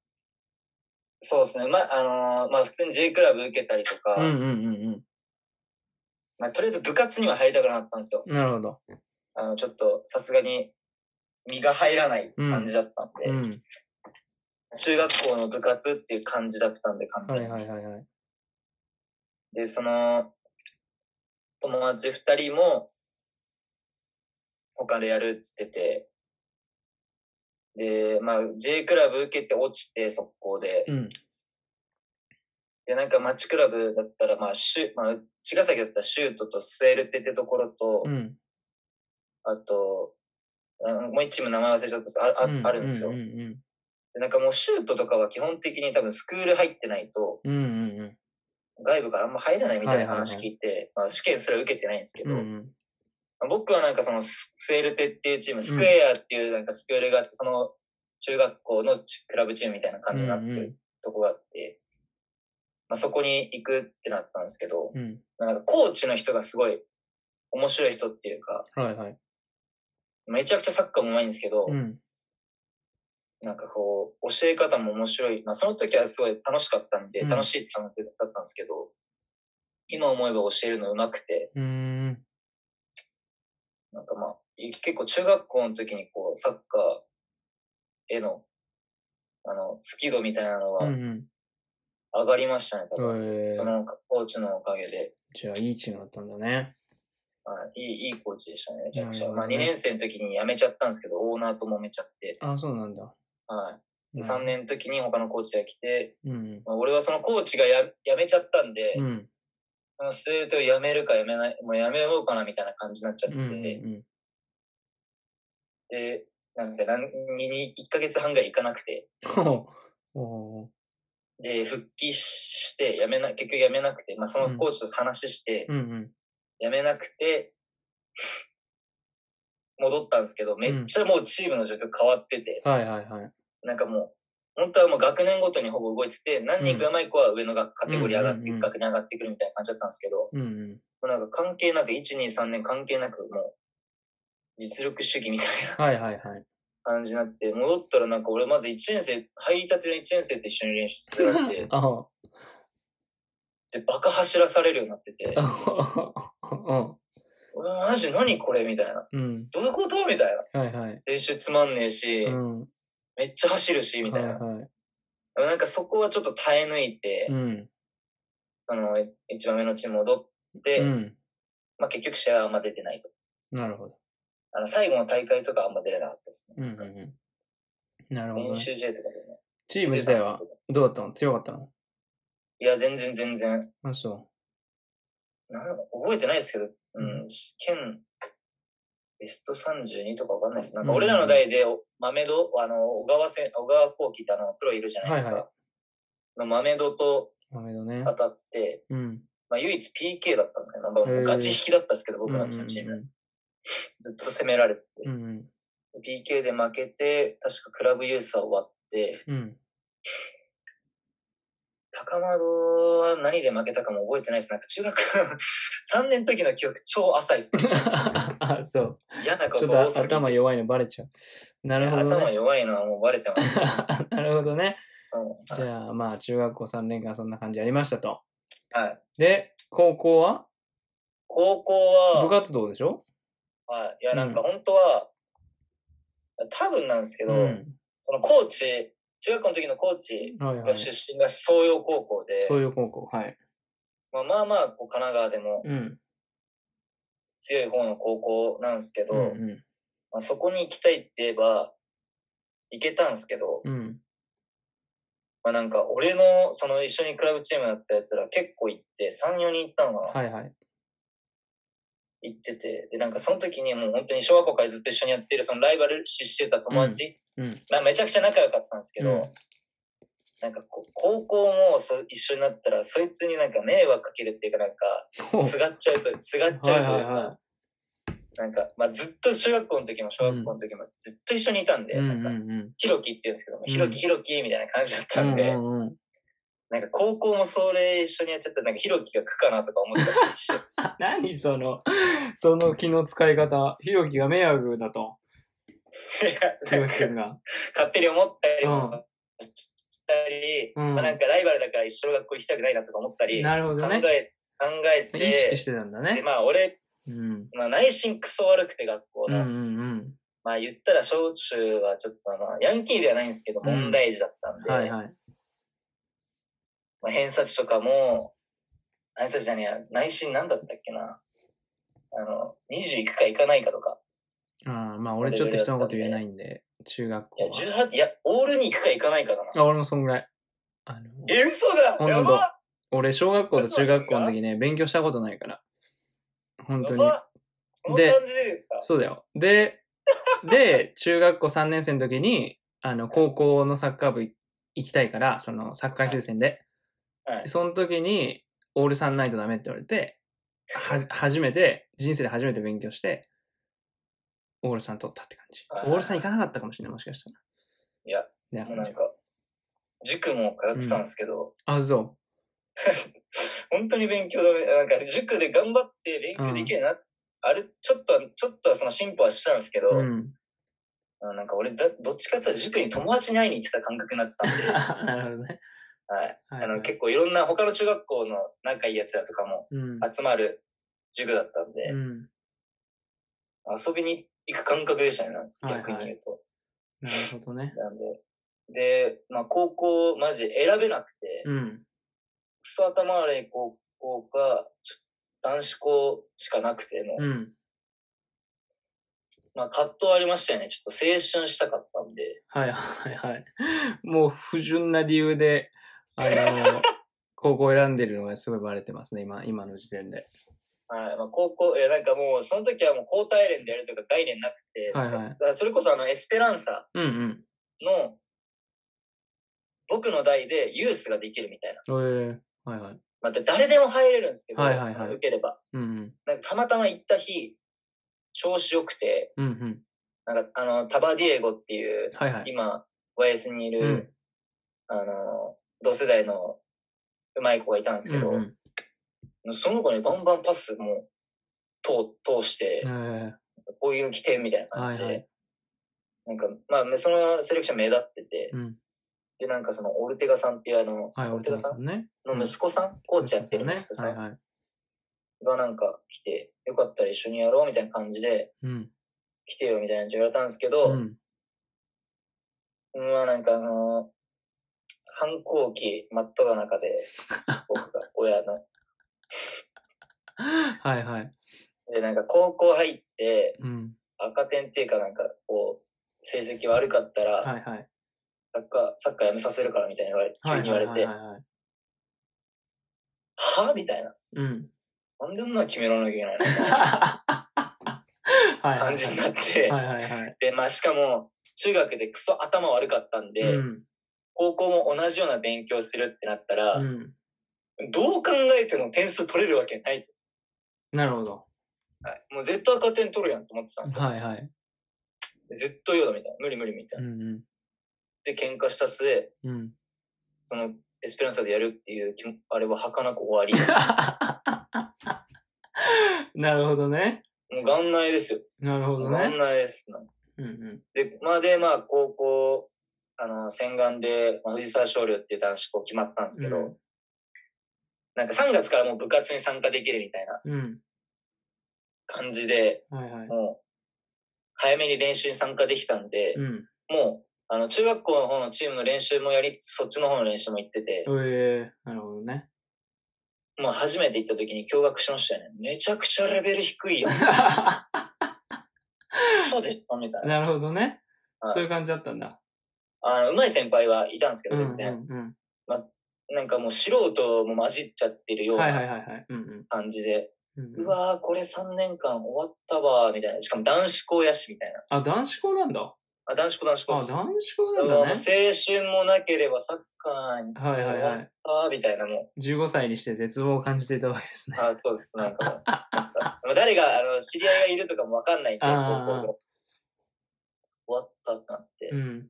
[SPEAKER 2] そうですね。まあ、あのーまあ普通に J クラブ受けたりとか、
[SPEAKER 1] うんうんうん
[SPEAKER 2] まあ、とりあえず部活には入りたくなかったんですよ。
[SPEAKER 1] うん。なるほど。
[SPEAKER 2] あの、ちょっとさすがに身が入らない感じだったん
[SPEAKER 1] う
[SPEAKER 2] で、
[SPEAKER 1] ん。
[SPEAKER 2] 中学校の部活っていう感じだったんで、完
[SPEAKER 1] はい
[SPEAKER 2] 全に。
[SPEAKER 1] はいはいはい。
[SPEAKER 2] で、その、友達二人も、他でやるっつってて、で、まあ、J クラブ受けて落ちて、速攻で。
[SPEAKER 1] うん。
[SPEAKER 2] で、なんか街クラブだったら、まあ、シュ、まあ、茅ヶ崎だったらシュートとスエルテってところと、
[SPEAKER 1] うん。
[SPEAKER 2] あと、あのもう一チーム名前忘れちゃったんですああ,、あるんですよ、
[SPEAKER 1] うんうん
[SPEAKER 2] でなんかもうシュートとかは基本的に多分スクール入ってないと、
[SPEAKER 1] うん。うんうんうん
[SPEAKER 2] 外部からあんま入らないみた
[SPEAKER 1] は
[SPEAKER 2] いな
[SPEAKER 1] いはいはい
[SPEAKER 2] 話聞いて、まあ、試験すら受けてないんですけ
[SPEAKER 1] う
[SPEAKER 2] ど、
[SPEAKER 1] んうん。
[SPEAKER 2] 僕はなんかそのススエルテっていうチーム、スクエアっていうなんかスクールがあって、その中学校のチクラブチームみたいな感じになって
[SPEAKER 1] うんう
[SPEAKER 2] る
[SPEAKER 1] ん
[SPEAKER 2] とこがあって、まあ、そこに行くってなったんですけど、
[SPEAKER 1] うん。
[SPEAKER 2] なんかコーチの人がすごい面白い人っていうか、
[SPEAKER 1] はいはい。
[SPEAKER 2] めちゃくちゃサッカーも上手いんですけど、
[SPEAKER 1] うん。
[SPEAKER 2] なんかこう、教え方も面白い。まあ、その時はすごい楽しかったんで、
[SPEAKER 1] うん
[SPEAKER 2] 楽しいって感じだったんですけど、今思えば教えるの上手くて、
[SPEAKER 1] うーん。
[SPEAKER 2] なんかまあ、い結構中学校の時にこう、サッカーへの、あの、好き度みたいなの
[SPEAKER 1] う
[SPEAKER 2] が
[SPEAKER 1] ん
[SPEAKER 2] 上がりましたね、多
[SPEAKER 1] う
[SPEAKER 2] 分。
[SPEAKER 1] ん。え
[SPEAKER 2] そ
[SPEAKER 1] ー、
[SPEAKER 2] のコーチのおかげで、
[SPEAKER 1] じゃあ、いいチームだったんだね。
[SPEAKER 2] はいいい、いいコーチでしたね、めちゃくち
[SPEAKER 1] な
[SPEAKER 2] ゃ。
[SPEAKER 1] るほ
[SPEAKER 2] ま
[SPEAKER 1] ど
[SPEAKER 2] あ、
[SPEAKER 1] ね
[SPEAKER 2] 2年生の時に辞めちゃったんですけど、オーナーと揉めちゃって、
[SPEAKER 1] あ、そうなんだ。
[SPEAKER 2] は
[SPEAKER 1] う
[SPEAKER 2] い。
[SPEAKER 1] ん
[SPEAKER 2] 3。年の時に他のコーチが来て、
[SPEAKER 1] うん
[SPEAKER 2] まあ、俺はそのコーチがや辞めちゃったんで、
[SPEAKER 1] うん。うん。
[SPEAKER 2] そのスウェートを辞めるか辞めない、もう辞めようかなみたいな感じになっちゃって、
[SPEAKER 1] うんうん
[SPEAKER 2] で、なんか何に、に1ヶ月半ぐらい行かなくて、
[SPEAKER 1] うん。おうおう
[SPEAKER 2] で、復帰して、辞めな、結局辞めなくて、まあそのコーチと話して
[SPEAKER 1] う、んうん。
[SPEAKER 2] 辞めなくて、戻ったんですけど、めっちゃもうチームの状況変わってて、
[SPEAKER 1] はいはいはい。
[SPEAKER 2] なんかもう、本当はもう学年ごとにほぼ動いてて、何人か上手い子は上のがカテゴリー上がって、
[SPEAKER 1] うんうんうん
[SPEAKER 2] 学年上がってくるみたいな感じだったんですけど、も
[SPEAKER 1] うんうん。
[SPEAKER 2] うなんか関係なく、1、2、3年関係なく、もう、実力主義みたいな。
[SPEAKER 1] はいはいはい。、
[SPEAKER 2] 感じになって、戻ったらなんか俺まず1年生、入りたての1年生と一緒に練習してられて
[SPEAKER 1] [LAUGHS] あお
[SPEAKER 2] で、バカ走らされるようになってて、
[SPEAKER 1] お
[SPEAKER 2] 俺マジ何これみたいな。
[SPEAKER 1] うん。
[SPEAKER 2] どういうことみたいな。
[SPEAKER 1] はいはい。
[SPEAKER 2] 練習つまんねえし、
[SPEAKER 1] うん。は
[SPEAKER 2] めっちゃ走るし、み
[SPEAKER 1] い
[SPEAKER 2] たいな。
[SPEAKER 1] は
[SPEAKER 2] なんかそこはちょっと耐え抜いて、
[SPEAKER 1] い。うん。
[SPEAKER 2] その、一番上のチーム戻って、
[SPEAKER 1] うん。
[SPEAKER 2] まあ結局試合はあんま出てないと。
[SPEAKER 1] なるほど。
[SPEAKER 2] あの、最後の大会とかあんま出れなかったですね。
[SPEAKER 1] うんうんうん。なるほど、
[SPEAKER 2] 練
[SPEAKER 1] ね。
[SPEAKER 2] 習試合とかでね。
[SPEAKER 1] チーム自体はどうだったの強かったの
[SPEAKER 2] いや、全然全然。
[SPEAKER 1] あ、そ
[SPEAKER 2] なん覚えてないですけど、う、
[SPEAKER 1] うん
[SPEAKER 2] 県、ベスト32とかわかんないです。なん
[SPEAKER 1] う
[SPEAKER 2] か
[SPEAKER 1] ん
[SPEAKER 2] 俺らの代で、お豆戸、あの、小川せ、小川幸輝ってあの、プロいるじゃないですか。
[SPEAKER 1] はいは
[SPEAKER 2] の豆戸と
[SPEAKER 1] う。ダメだね
[SPEAKER 2] 当。たって、
[SPEAKER 1] うん。
[SPEAKER 2] まあ唯一 PK だったんですけど、まあ
[SPEAKER 1] へー
[SPEAKER 2] ガチ引きだったんですけど、僕らのチーム、ずっと攻められてて、
[SPEAKER 1] うんうん。
[SPEAKER 2] PK で負けて、確かクラブユースは終わって、
[SPEAKER 1] うん。
[SPEAKER 2] 高窓は何で負けたかも覚えてないです。なんか中学 [LAUGHS] 3年の時の記憶超浅いで
[SPEAKER 1] [LAUGHS]
[SPEAKER 2] す、ね。
[SPEAKER 1] あ、そう。
[SPEAKER 2] 嫌なこ
[SPEAKER 1] ちょ
[SPEAKER 2] と
[SPEAKER 1] っ
[SPEAKER 2] 多
[SPEAKER 1] と
[SPEAKER 2] すぎて
[SPEAKER 1] 頭弱いのバレちゃう。なるほど
[SPEAKER 2] 頭
[SPEAKER 1] ね。
[SPEAKER 2] 弱いのはもうバレてます。
[SPEAKER 1] なるほどね。
[SPEAKER 2] うん
[SPEAKER 1] [LAUGHS] じゃあ、まあ、中学校3年間そんな感じありましたと。
[SPEAKER 2] はい。
[SPEAKER 1] で、高校は
[SPEAKER 2] 高校
[SPEAKER 1] 部
[SPEAKER 2] は、
[SPEAKER 1] 活動でしょ
[SPEAKER 2] はい、いや、なんか本当は、多分なんですけ
[SPEAKER 1] う
[SPEAKER 2] ど、
[SPEAKER 1] ん。
[SPEAKER 2] そのコーチ、中学校の時のコーチ
[SPEAKER 1] はいは
[SPEAKER 2] が
[SPEAKER 1] い。
[SPEAKER 2] 出身が総陽高校で、
[SPEAKER 1] そういう高校。はい。
[SPEAKER 2] まあまあまあこう神奈川でも
[SPEAKER 1] うん。
[SPEAKER 2] 強い方の高校なんですけど、
[SPEAKER 1] うんうん。
[SPEAKER 2] まあ、そこに行きたいって言えば、行けたんですけど、
[SPEAKER 1] うん。
[SPEAKER 2] まあなんか俺のその一緒にクラブチームだったやつら結構行って、3、4人行ったのかな、
[SPEAKER 1] はいはい。
[SPEAKER 2] 行ってて、でなんかその時にもう本当に小学校からずっと一緒にやってるそのライバル視してた友達、
[SPEAKER 1] うん。
[SPEAKER 2] まあ、めちゃくちゃ仲良かったんですけど、
[SPEAKER 1] うん
[SPEAKER 2] なんかこう高校もそ一緒になったらそいつになんか迷惑かけるっていうかなんか
[SPEAKER 1] ほう
[SPEAKER 2] すがっちゃうとすがっち
[SPEAKER 1] は
[SPEAKER 2] ゃ
[SPEAKER 1] いう
[SPEAKER 2] と
[SPEAKER 1] は
[SPEAKER 2] いう
[SPEAKER 1] い
[SPEAKER 2] か、
[SPEAKER 1] は
[SPEAKER 2] なんか、まあ、ずっと中学校の時も小学校の時もずっと一緒にいたんで、
[SPEAKER 1] い。うんうん
[SPEAKER 2] な
[SPEAKER 1] うん
[SPEAKER 2] か
[SPEAKER 1] ん。
[SPEAKER 2] ひろきって言うんですけども、
[SPEAKER 1] うん
[SPEAKER 2] ひろきひろきみたいな感じだっ
[SPEAKER 1] う
[SPEAKER 2] たん
[SPEAKER 1] ん
[SPEAKER 2] で、
[SPEAKER 1] うん [LAUGHS] うん。
[SPEAKER 2] なんか高校もそれ一緒にやっちゃったらなんかひろきが苦かなとか思っ
[SPEAKER 1] [LAUGHS]
[SPEAKER 2] ちゃったりして
[SPEAKER 1] あ何その、その気の使い方。ひろきが迷惑だと。
[SPEAKER 2] いや
[SPEAKER 1] ひ
[SPEAKER 2] な
[SPEAKER 1] ろ
[SPEAKER 2] んか
[SPEAKER 1] きくんが。
[SPEAKER 2] 勝手に思ったりと
[SPEAKER 1] うん
[SPEAKER 2] かしたり、
[SPEAKER 1] うん
[SPEAKER 2] まあ、なんかライバルだから一緒の学校行きたくないなとか思ったり、
[SPEAKER 1] なるほど
[SPEAKER 2] 考
[SPEAKER 1] ね。
[SPEAKER 2] え考えて
[SPEAKER 1] 意識してたんだ
[SPEAKER 2] で
[SPEAKER 1] ね。
[SPEAKER 2] まあ俺、
[SPEAKER 1] うん。
[SPEAKER 2] まあ、内心クソ悪くて学校
[SPEAKER 1] うんう
[SPEAKER 2] の、
[SPEAKER 1] ん
[SPEAKER 2] まあ言ったら小中はちょっとまあヤンキーではないんですけど
[SPEAKER 1] うん
[SPEAKER 2] 問題児だったん
[SPEAKER 1] うん。
[SPEAKER 2] で、
[SPEAKER 1] はいはい。
[SPEAKER 2] まあ、偏差値とかも偏差値じゃねえや内心なんだったっけなあの20いくかいかないかとか
[SPEAKER 1] あーまあ、俺ちょっと人のこと言えないんで、中学
[SPEAKER 2] いや
[SPEAKER 1] 校は。
[SPEAKER 2] 18いやオールに行くかいかないかだな
[SPEAKER 1] あ、俺もそんぐらい。あの、
[SPEAKER 2] え嘘だ
[SPEAKER 1] ほんと
[SPEAKER 2] やば
[SPEAKER 1] 俺、小学校と中学校の時ね、勉強したことないから。本当
[SPEAKER 2] や
[SPEAKER 1] に。
[SPEAKER 2] ばその
[SPEAKER 1] で
[SPEAKER 2] 感じでですか
[SPEAKER 1] そうだよ。で、で、中学校3年生の時に、あの、高校のサッカー部い行きたいから、その、サッカー推薦で。
[SPEAKER 2] はい
[SPEAKER 1] その時に、オール3ないとダメって言われて、は、初めて、人生で初めて勉強して、オール3取ったって感じ
[SPEAKER 2] はい。
[SPEAKER 1] オール3行かなかったかもしれない、もしかした
[SPEAKER 2] いや、
[SPEAKER 1] ら。
[SPEAKER 2] もう
[SPEAKER 1] ね
[SPEAKER 2] なんか、塾も通ってたんですけど、
[SPEAKER 1] あ、そ
[SPEAKER 2] 本当に勉強だめ、なんか塾で頑張って勉強できるようにな、ある、ちょっとは、ちょっとはその進歩はしたんですけど、
[SPEAKER 1] う。うん。
[SPEAKER 2] あのなんか俺だ、どっちかっていうと塾に友達に会いに行ってた感覚になってた
[SPEAKER 1] [LAUGHS]
[SPEAKER 2] んで、は
[SPEAKER 1] [LAUGHS]
[SPEAKER 2] い。
[SPEAKER 1] なるほどね。はい
[SPEAKER 2] あの、結構いろんな他の中学校の仲いいやつらとかも
[SPEAKER 1] うん。
[SPEAKER 2] 集まる塾だったんで、
[SPEAKER 1] うん。
[SPEAKER 2] 遊びに行く感覚でしたね、逆に言うと。
[SPEAKER 1] なるほどね。
[SPEAKER 2] なんで。で、まあ高校、マジ選べなくて、
[SPEAKER 1] うん。
[SPEAKER 2] クソ頭悪い高校か、ちょ男子校しかなくてもう、
[SPEAKER 1] うん。
[SPEAKER 2] まあ葛藤ありましたよね。ちょっと青春したかったんで。
[SPEAKER 1] はいはいはい。もう不純な理由で、あの、高校選んでるのがすごいバレてますね、今、今の時点で。
[SPEAKER 2] はい。まあ高校、え、なんかもう、その時はもう交代連でやるとか概念なくて、
[SPEAKER 1] はいはい。
[SPEAKER 2] だからそれこそあの、エスペランサ
[SPEAKER 1] うんうん。
[SPEAKER 2] の、僕の代でユースができるみたいな。
[SPEAKER 1] えー、はいはい。
[SPEAKER 2] まあ、だ誰でも入れるんですけど、
[SPEAKER 1] はいはいはい
[SPEAKER 2] その受ければ。
[SPEAKER 1] うんうん。
[SPEAKER 2] なんかたまたま行った日、調子良くて、
[SPEAKER 1] うんうん。
[SPEAKER 2] なんかあの、タバディエゴっていう、
[SPEAKER 1] はいはい。
[SPEAKER 2] 今、YS にいる、
[SPEAKER 1] うん
[SPEAKER 2] あの、同世代のうまい子がいたんです
[SPEAKER 1] う
[SPEAKER 2] けど、
[SPEAKER 1] んうん。
[SPEAKER 2] その子にバンバンパスも通通して、
[SPEAKER 1] え
[SPEAKER 2] こういう起点みたいな
[SPEAKER 1] ー、は
[SPEAKER 2] 感
[SPEAKER 1] い
[SPEAKER 2] じで、
[SPEAKER 1] はい。
[SPEAKER 2] なんか、まあ、そのセレクション目立ってて、
[SPEAKER 1] うん。
[SPEAKER 2] で、なんかその、オルテガさんっていうあの、
[SPEAKER 1] はい、
[SPEAKER 2] オ
[SPEAKER 1] オ
[SPEAKER 2] ル
[SPEAKER 1] ル
[SPEAKER 2] テ
[SPEAKER 1] テ
[SPEAKER 2] ガ
[SPEAKER 1] ガ
[SPEAKER 2] さ
[SPEAKER 1] さ
[SPEAKER 2] ん
[SPEAKER 1] んね。
[SPEAKER 2] の息子さん、コーチやってる
[SPEAKER 1] ね。
[SPEAKER 2] 息子
[SPEAKER 1] は
[SPEAKER 2] さ
[SPEAKER 1] い
[SPEAKER 2] ん
[SPEAKER 1] はい。
[SPEAKER 2] がなんか来て、よかったら一緒にやろうみたいな感じで、
[SPEAKER 1] うん。
[SPEAKER 2] 来てよみたいなの言われたんですけ
[SPEAKER 1] う
[SPEAKER 2] ど、
[SPEAKER 1] ん。
[SPEAKER 2] まあなんかあの反抗期真っ只中
[SPEAKER 1] [LAUGHS]
[SPEAKER 2] で、僕が、親の。
[SPEAKER 1] はいはい。
[SPEAKER 2] で、なんか高校入って、
[SPEAKER 1] うん。
[SPEAKER 2] 赤点っていうかなんかこう、成績悪かったら、
[SPEAKER 1] はいはい。
[SPEAKER 2] サッカー、サッカーやめさせるからみたいに言われ、急
[SPEAKER 1] はい
[SPEAKER 2] に言われ
[SPEAKER 1] はい
[SPEAKER 2] て、
[SPEAKER 1] はいはい。
[SPEAKER 2] はみたいな。
[SPEAKER 1] うん。
[SPEAKER 2] なんでそんなの決められなきゃいけないのみたいな
[SPEAKER 1] はいはいはい。
[SPEAKER 2] 感じになって、
[SPEAKER 1] はいはいはい。
[SPEAKER 2] で、まあしかも、中学でクソ頭悪かったんで、
[SPEAKER 1] うん。
[SPEAKER 2] 高校も同じような勉強するってなったら、
[SPEAKER 1] うん。
[SPEAKER 2] どう考えても点数取れるわけないと。
[SPEAKER 1] なるほど。
[SPEAKER 2] はいもう絶対赤点取るやんと思ってたんですよ。
[SPEAKER 1] はいはい。
[SPEAKER 2] 絶対嫌だみたいな。無理無理みたいうな。
[SPEAKER 1] ん
[SPEAKER 2] で、喧嘩した末、
[SPEAKER 1] うん。
[SPEAKER 2] [LAUGHS]
[SPEAKER 1] うん。
[SPEAKER 2] その、エスペランサでやるっていう気も、あれは儚く終わ
[SPEAKER 1] なるほどね。 [LAUGHS]
[SPEAKER 2] り。もう元内ですよ。
[SPEAKER 1] なるほど
[SPEAKER 2] 元
[SPEAKER 1] ね。
[SPEAKER 2] 内ですな。
[SPEAKER 1] うんうん。
[SPEAKER 2] で、まあで、まあ、高校、あの、洗顔で、まあ、藤沢少量っていう男子校決まったんですけど、
[SPEAKER 1] うん
[SPEAKER 2] なんか3月からもう部活に参加できるみたいな
[SPEAKER 1] うん。
[SPEAKER 2] 感じで、
[SPEAKER 1] はいはい。
[SPEAKER 2] もう、早めに練習に参加できたんで、
[SPEAKER 1] うん。
[SPEAKER 2] もう、あの、中学校の方のチームの練習もやりつつ、そっちの方の練習も行ってて、
[SPEAKER 1] えー、なるほど
[SPEAKER 2] [LAUGHS]
[SPEAKER 1] ね。
[SPEAKER 2] もう初めて行った時に驚愕しましたよね。めちゃくちゃレベル低いよ。 [LAUGHS] そうでしたみたいな。
[SPEAKER 1] なるほどね
[SPEAKER 2] は。い
[SPEAKER 1] そういう感じだったんだ。
[SPEAKER 2] あの、うまい先輩はいたんですけ
[SPEAKER 1] う
[SPEAKER 2] ど、
[SPEAKER 1] んうん
[SPEAKER 2] 全然。
[SPEAKER 1] うん。
[SPEAKER 2] なんかもう素人も混じっちゃってるよう
[SPEAKER 1] はいはい
[SPEAKER 2] な
[SPEAKER 1] はいはい。うんうん
[SPEAKER 2] 感じで、
[SPEAKER 1] うんう。
[SPEAKER 2] うんわー、これ3年間終わったわー、みたいな。しかも男子校やし、みたいな。
[SPEAKER 1] あ、男子校なんだ。
[SPEAKER 2] あ、男子校、男子
[SPEAKER 1] あ、
[SPEAKER 2] 校っ
[SPEAKER 1] 男子
[SPEAKER 2] す。
[SPEAKER 1] 校
[SPEAKER 2] だ
[SPEAKER 1] なん
[SPEAKER 2] からもう
[SPEAKER 1] だ
[SPEAKER 2] 青
[SPEAKER 1] ね。
[SPEAKER 2] 春もなければサッカーに
[SPEAKER 1] はいはいはい。
[SPEAKER 2] あーみたいなも
[SPEAKER 1] 15歳にして絶望を感じていたわけです
[SPEAKER 2] う。
[SPEAKER 1] ね。
[SPEAKER 2] あーそうです。なんかもうなんかまあ誰が、あの、知り合いがいるとかもわかんないんで、高
[SPEAKER 1] あー
[SPEAKER 2] 校で。終わったってなって。
[SPEAKER 1] うん。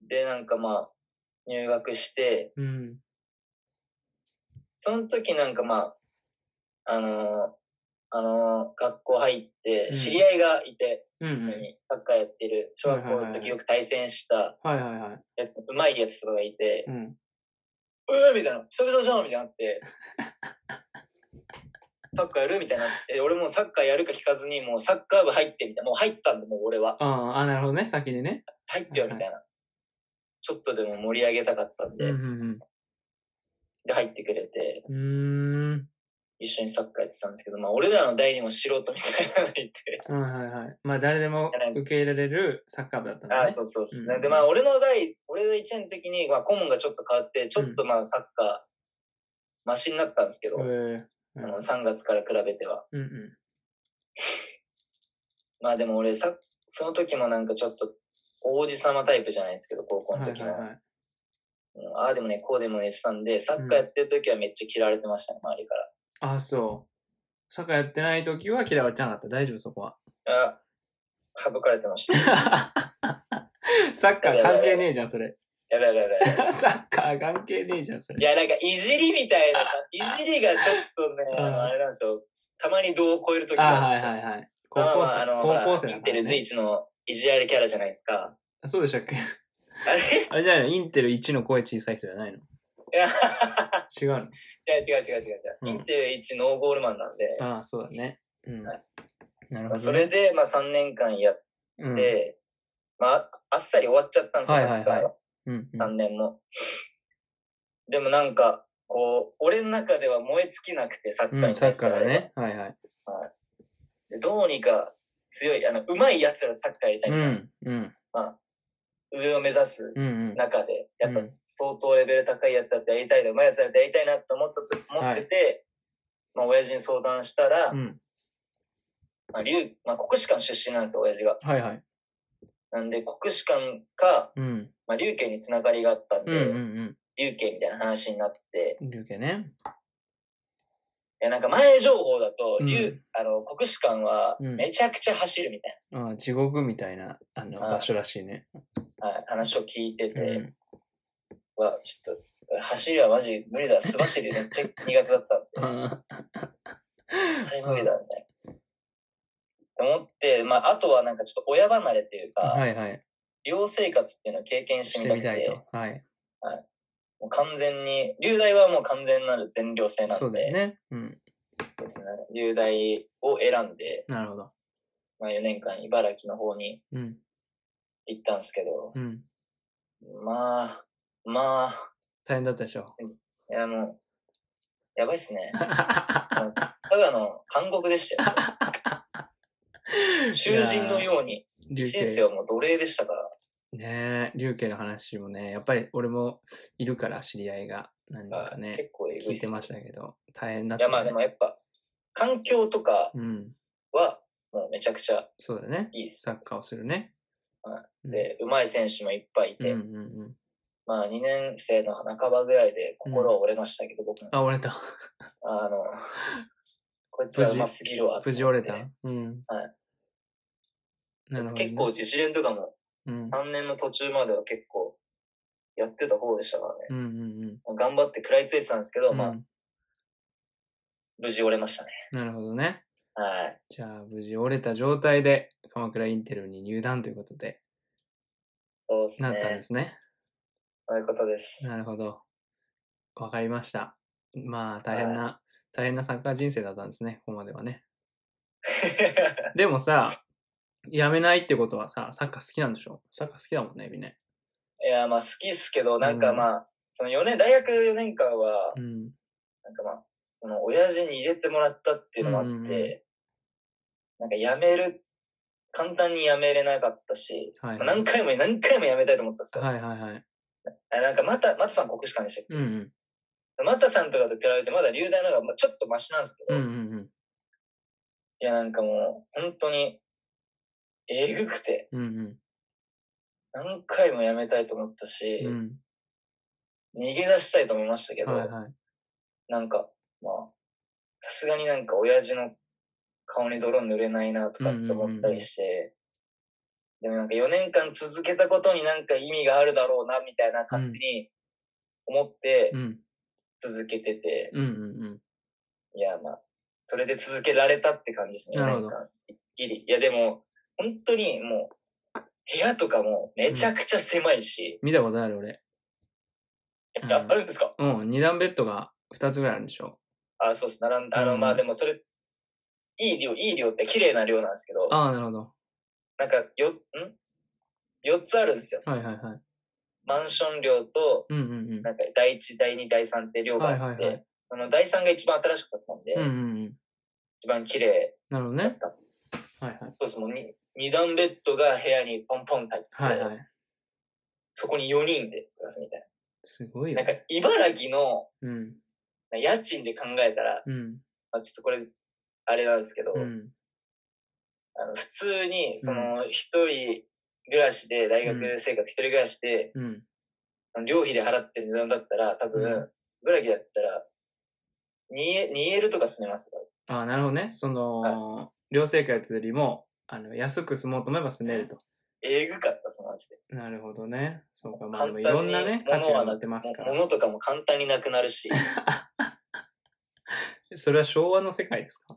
[SPEAKER 2] で、なんかまあ、入学して、
[SPEAKER 1] うん。
[SPEAKER 2] その時なんかまあ、あのーあのー学校入って、
[SPEAKER 1] うん
[SPEAKER 2] 知り合いがいて、
[SPEAKER 1] うんう
[SPEAKER 2] 普
[SPEAKER 1] ん。
[SPEAKER 2] 通にサッカーやってる、小学校の時よく対戦した、
[SPEAKER 1] はいはいはい。
[SPEAKER 2] やつうまいやつとかがいて、
[SPEAKER 1] うん。
[SPEAKER 2] うわみたいな、久々じゃんみたいにな
[SPEAKER 1] [LAUGHS]
[SPEAKER 2] って、サッカーやるみたいになって、俺もうサッカーやるか聞かずに、もうサッカー部入ってみたいな、もう入ってたんで、もう俺は、
[SPEAKER 1] ああ、なるほどね。先にね。
[SPEAKER 2] 入ってよみたいな。ちょっとでも盛り上げたかったん
[SPEAKER 1] う
[SPEAKER 2] で、
[SPEAKER 1] ん
[SPEAKER 2] で入ってくれて、
[SPEAKER 1] うんうん。うーん。
[SPEAKER 2] 一緒にサッカーやってたんですけど、まあ俺らの代にも素人みたいなのがいて、
[SPEAKER 1] はいはいはい。まあ誰でも受け入れられるサッカー部だったん
[SPEAKER 2] あ
[SPEAKER 1] だ
[SPEAKER 2] あ、
[SPEAKER 1] ね。
[SPEAKER 2] そうそうっすね。
[SPEAKER 1] うん
[SPEAKER 2] で、まあ俺の代、俺の1年の時に、まあ顧問がちょっと変わって、ちょっとまあサッカー、マシになったんですけど、
[SPEAKER 1] へえ
[SPEAKER 2] あの3月から比べては。
[SPEAKER 1] うんうん。
[SPEAKER 2] まあでも俺さ、その時もなんかちょっと王子様タイプじゃないですけど、高校の時の。
[SPEAKER 1] はいはいはい
[SPEAKER 2] うんああでもね、こうでもねってたんで、サッカーやってる時はめっちゃ嫌われてましたね、周りか
[SPEAKER 1] ああ、そう。サッカーやってない時は嫌われてなかった。大丈夫、そこは。 [LAUGHS]
[SPEAKER 2] ら。あ、省かれてました。
[SPEAKER 1] サッカー関係ねえじゃん、それ。
[SPEAKER 2] やばいやばいやばい。
[SPEAKER 1] サッカー関係ねえじゃん、そ
[SPEAKER 2] い
[SPEAKER 1] れ。
[SPEAKER 2] や、なんか、いじりみたいな、いじりがちょっとね、
[SPEAKER 1] うん
[SPEAKER 2] あのあれなんですよ。たまに度を超えるとき
[SPEAKER 1] あ
[SPEAKER 2] が
[SPEAKER 1] あ、
[SPEAKER 2] あ
[SPEAKER 1] は
[SPEAKER 2] るん
[SPEAKER 1] い
[SPEAKER 2] ですよ。
[SPEAKER 1] はいはい。高
[SPEAKER 2] まあま
[SPEAKER 1] 校
[SPEAKER 2] あ、
[SPEAKER 1] 生、
[SPEAKER 2] あの、ほ
[SPEAKER 1] 高
[SPEAKER 2] ら
[SPEAKER 1] 校生だ
[SPEAKER 2] イ
[SPEAKER 1] か
[SPEAKER 2] ンテ
[SPEAKER 1] ら、
[SPEAKER 2] ル随
[SPEAKER 1] ね。
[SPEAKER 2] 一のいじられキャラじゃないですか。
[SPEAKER 1] あそうでしたっけ
[SPEAKER 2] あれ [LAUGHS]
[SPEAKER 1] あれじゃないのインテル1の声小さい人じゃないの
[SPEAKER 2] いや、
[SPEAKER 1] 違うの
[SPEAKER 2] 違う違う違う違う。
[SPEAKER 1] うん
[SPEAKER 2] インテル一ノーゴールマンなんで、
[SPEAKER 1] ああ、そうだね。うん。
[SPEAKER 2] は
[SPEAKER 1] なるほど、
[SPEAKER 2] まあ
[SPEAKER 1] ね。
[SPEAKER 2] それで、まあ、3年間やっ
[SPEAKER 1] うん、
[SPEAKER 2] て、まあ、あっさり終わっちゃったんですよ、
[SPEAKER 1] はいはいはい
[SPEAKER 2] サッカーが
[SPEAKER 1] うん、うん。
[SPEAKER 2] 3年も。でもなんか、こう、俺の中では燃え尽きなくて、サッカー
[SPEAKER 1] う
[SPEAKER 2] に
[SPEAKER 1] ん、サ
[SPEAKER 2] 対
[SPEAKER 1] ッ
[SPEAKER 2] す
[SPEAKER 1] カ
[SPEAKER 2] る
[SPEAKER 1] ー
[SPEAKER 2] あ
[SPEAKER 1] だ
[SPEAKER 2] れが
[SPEAKER 1] ね。はいはい。
[SPEAKER 2] でどうにか強い、あの、上手い奴らとサッカーやりたい。
[SPEAKER 1] うん、うん、
[SPEAKER 2] 上を目指す
[SPEAKER 1] うん、うん。
[SPEAKER 2] 中で、やっぱ
[SPEAKER 1] うん
[SPEAKER 2] 相当レベル高いやつだってやりたいな、うまいやつだってやりたいなと思ったと思ってて、まあ、親父に相談したら、
[SPEAKER 1] うん、
[SPEAKER 2] まあ、龍、まあ、国士舘出身なんですよ、親父が。
[SPEAKER 1] はいはい。
[SPEAKER 2] なんで、国士舘か、
[SPEAKER 1] うん、
[SPEAKER 2] まあ、龍慶につながりがあったん
[SPEAKER 1] うん、う
[SPEAKER 2] で、
[SPEAKER 1] ん、
[SPEAKER 2] 龍慶みたいな話になって、
[SPEAKER 1] うん。流形ね。
[SPEAKER 2] いや、なんか前情報だと、
[SPEAKER 1] うん
[SPEAKER 2] 龍、あの、国士舘は、
[SPEAKER 1] うん
[SPEAKER 2] めちゃくちゃ走るみたい
[SPEAKER 1] ああ、地獄みたいな、あの、
[SPEAKER 2] はい
[SPEAKER 1] 場所らしいね。
[SPEAKER 2] な、はい話を聞いてて、
[SPEAKER 1] うん。
[SPEAKER 2] わ、ちょっと、走りはマジ無理だ、素走りめっちゃ苦手だ
[SPEAKER 1] [LAUGHS]
[SPEAKER 2] ったんで。
[SPEAKER 1] あ
[SPEAKER 2] 絶対無理だね。思って、まあ、あとはなんかちょっと親離れっていうか、
[SPEAKER 1] あ [LAUGHS] はいはい。
[SPEAKER 2] 寮生活っていうのを経験して
[SPEAKER 1] し
[SPEAKER 2] み
[SPEAKER 1] て
[SPEAKER 2] たく
[SPEAKER 1] み
[SPEAKER 2] て、
[SPEAKER 1] たいと。はい。
[SPEAKER 2] もう完全に、留大はもう完全なる全寮制なんで、
[SPEAKER 1] そうだよね。うん。
[SPEAKER 2] ですね、留大を選んで、
[SPEAKER 1] なるほど。
[SPEAKER 2] まあ、4年間茨城の方に
[SPEAKER 1] うん。
[SPEAKER 2] 行ったんですけど、
[SPEAKER 1] うん。
[SPEAKER 2] まあ、まあ、
[SPEAKER 1] 大変だったでしょ。
[SPEAKER 2] いやもう、やばいっす
[SPEAKER 1] [LAUGHS]
[SPEAKER 2] ね。
[SPEAKER 1] 囚
[SPEAKER 2] ただの監獄でしたよ。 [LAUGHS] 囚人のように、
[SPEAKER 1] うに
[SPEAKER 2] 人生はもう奴隷でしたから。
[SPEAKER 1] ねえ、龍慶の話もね、やっぱり俺もいるから知り合いが何人かね、
[SPEAKER 2] 結構えぐ
[SPEAKER 1] 聞
[SPEAKER 2] いっ
[SPEAKER 1] い
[SPEAKER 2] す
[SPEAKER 1] て
[SPEAKER 2] よ。
[SPEAKER 1] ましたけど、大変だっ
[SPEAKER 2] い
[SPEAKER 1] た、
[SPEAKER 2] や
[SPEAKER 1] ね。
[SPEAKER 2] まあでもやっぱ、環境とか
[SPEAKER 1] うん、
[SPEAKER 2] は、もうめちゃくちゃ
[SPEAKER 1] そうだね。
[SPEAKER 2] いいっす。
[SPEAKER 1] サッカーをするね。
[SPEAKER 2] は
[SPEAKER 1] うん
[SPEAKER 2] で、うまい選手もいっぱいい
[SPEAKER 1] うんう
[SPEAKER 2] て、
[SPEAKER 1] んうん。
[SPEAKER 2] まあ2年生の半ばぐらいで心は折れましたけど、僕も。
[SPEAKER 1] あ、折れた。
[SPEAKER 2] あの、こいつはうますぎるわって思って。
[SPEAKER 1] 無事折れた。うん。
[SPEAKER 2] はい。
[SPEAKER 1] なるほど、ね。
[SPEAKER 2] 結構、自主練とかも
[SPEAKER 1] うん、うん
[SPEAKER 2] 3年の途中までは結構やってた方でしたからね。
[SPEAKER 1] うんうん。
[SPEAKER 2] 頑張って食らいついてたんですけど、ま
[SPEAKER 1] う
[SPEAKER 2] あ
[SPEAKER 1] ん
[SPEAKER 2] 無事折れましたね。
[SPEAKER 1] なるほどね。
[SPEAKER 2] はい。
[SPEAKER 1] じゃあ、無事折れた状態で、鎌倉インテルに入団ということで、
[SPEAKER 2] そうです
[SPEAKER 1] なったんで
[SPEAKER 2] ね。
[SPEAKER 1] すね。
[SPEAKER 2] そういうことです
[SPEAKER 1] な。るほど。わかりました。まあ、大変な、大変なサッカー人生だったんですね、ここまではね。でもさ、やめないってことはさ、サッカー好きなんでしょサッカー好きだもんね、エビね。
[SPEAKER 2] [LAUGHS] いや、まあ好きっすけど、なんか
[SPEAKER 1] うん
[SPEAKER 2] まあ、その4年、大学4年間は
[SPEAKER 1] う、ん。
[SPEAKER 2] なんかまあ、その親父に入れてもらったっていうのもあって、
[SPEAKER 1] うんうんう
[SPEAKER 2] なんか辞める、簡単に辞めれなかったし、
[SPEAKER 1] はい。
[SPEAKER 2] 何回も何回も辞めたいと思ったんですよ。
[SPEAKER 1] はいはいはい。
[SPEAKER 2] あなんかまた、またさん国士舘でしたっ
[SPEAKER 1] うんうん。
[SPEAKER 2] けまたさんとかと比べてまだ流大の方がまあちょっとマシなんですけ
[SPEAKER 1] うん
[SPEAKER 2] ど、
[SPEAKER 1] う
[SPEAKER 2] い
[SPEAKER 1] ん
[SPEAKER 2] やなんかもう、本当に、えぐくて、
[SPEAKER 1] うん。うん
[SPEAKER 2] 何回も辞めたいと思ったし、
[SPEAKER 1] うん。うん。
[SPEAKER 2] 逃げ出したいと思いましたけど、
[SPEAKER 1] はいはい。
[SPEAKER 2] なんか、まあ、さすがになんか親父の顔に泥塗れないなとかって思ったりして、でもなんか4年間続けたことになんか意味があるだろうなみたいな勝手に思って
[SPEAKER 1] うん。
[SPEAKER 2] 続けてて、
[SPEAKER 1] うんうん
[SPEAKER 2] いやまあ、それで続けられたって感じですね、
[SPEAKER 1] なる
[SPEAKER 2] 4
[SPEAKER 1] ほど
[SPEAKER 2] 年間。ギリ。いやでも、本当にもう、部屋とかもめちゃくちゃ狭いし、
[SPEAKER 1] 見たことある俺。うん
[SPEAKER 2] ああるんですか
[SPEAKER 1] うん。二段ベッドが二つぐらいあるんでしょ
[SPEAKER 2] あ、そうです。並んあ
[SPEAKER 1] う
[SPEAKER 2] の、
[SPEAKER 1] ん
[SPEAKER 2] まあでもそれ、いい量、いい量って綺麗な量なんですけど、
[SPEAKER 1] ああ、なるほど。
[SPEAKER 2] なんか、よ、ん ?4 つあるんですよ。
[SPEAKER 1] はいはいはい。
[SPEAKER 2] マンション寮と、
[SPEAKER 1] うんうん
[SPEAKER 2] なんか、第1、第2、第3って
[SPEAKER 1] う
[SPEAKER 2] 寮
[SPEAKER 1] ん。
[SPEAKER 2] が
[SPEAKER 1] は
[SPEAKER 2] あ
[SPEAKER 1] い
[SPEAKER 2] って、
[SPEAKER 1] はいはい。
[SPEAKER 2] その第3が一番新しかったんで、
[SPEAKER 1] うんうんうん。
[SPEAKER 2] 一番綺麗
[SPEAKER 1] なるほど
[SPEAKER 2] だっ
[SPEAKER 1] ね。
[SPEAKER 2] た。
[SPEAKER 1] はいはい。
[SPEAKER 2] そうです、もう 2, 段ベッドが部屋にポンポン入って、
[SPEAKER 1] はいはい。
[SPEAKER 2] そこに4人で暮らすみたい
[SPEAKER 1] すごい
[SPEAKER 2] な。
[SPEAKER 1] よ
[SPEAKER 2] なん。か、茨城の
[SPEAKER 1] うん。
[SPEAKER 2] 家賃で考えたら、
[SPEAKER 1] うん。
[SPEAKER 2] まあ、ちょっとこれ、あれなんですけど、
[SPEAKER 1] うん。
[SPEAKER 2] あの普通に、その、一人暮らしで、大学生活一人暮らしで、
[SPEAKER 1] うん。
[SPEAKER 2] 寮費で払ってる値段だったら、多
[SPEAKER 1] う
[SPEAKER 2] 分、茨城だったら、2L 2L とか住めますから
[SPEAKER 1] ああ、なるほどね。その、寮生活よりも、あの、安く住もうと思えば住めると。
[SPEAKER 2] えぐかった、その味で。
[SPEAKER 1] なるほどね。そうか。まあ、
[SPEAKER 2] 簡
[SPEAKER 1] で
[SPEAKER 2] 単
[SPEAKER 1] も
[SPEAKER 2] に
[SPEAKER 1] いろんなね、価値
[SPEAKER 2] 物
[SPEAKER 1] が
[SPEAKER 2] は
[SPEAKER 1] 持
[SPEAKER 2] な
[SPEAKER 1] ってますか
[SPEAKER 2] も
[SPEAKER 1] ら。
[SPEAKER 2] 物とかも簡単になくな
[SPEAKER 1] [LAUGHS]
[SPEAKER 2] るし、い
[SPEAKER 1] それは昭和の世界ですか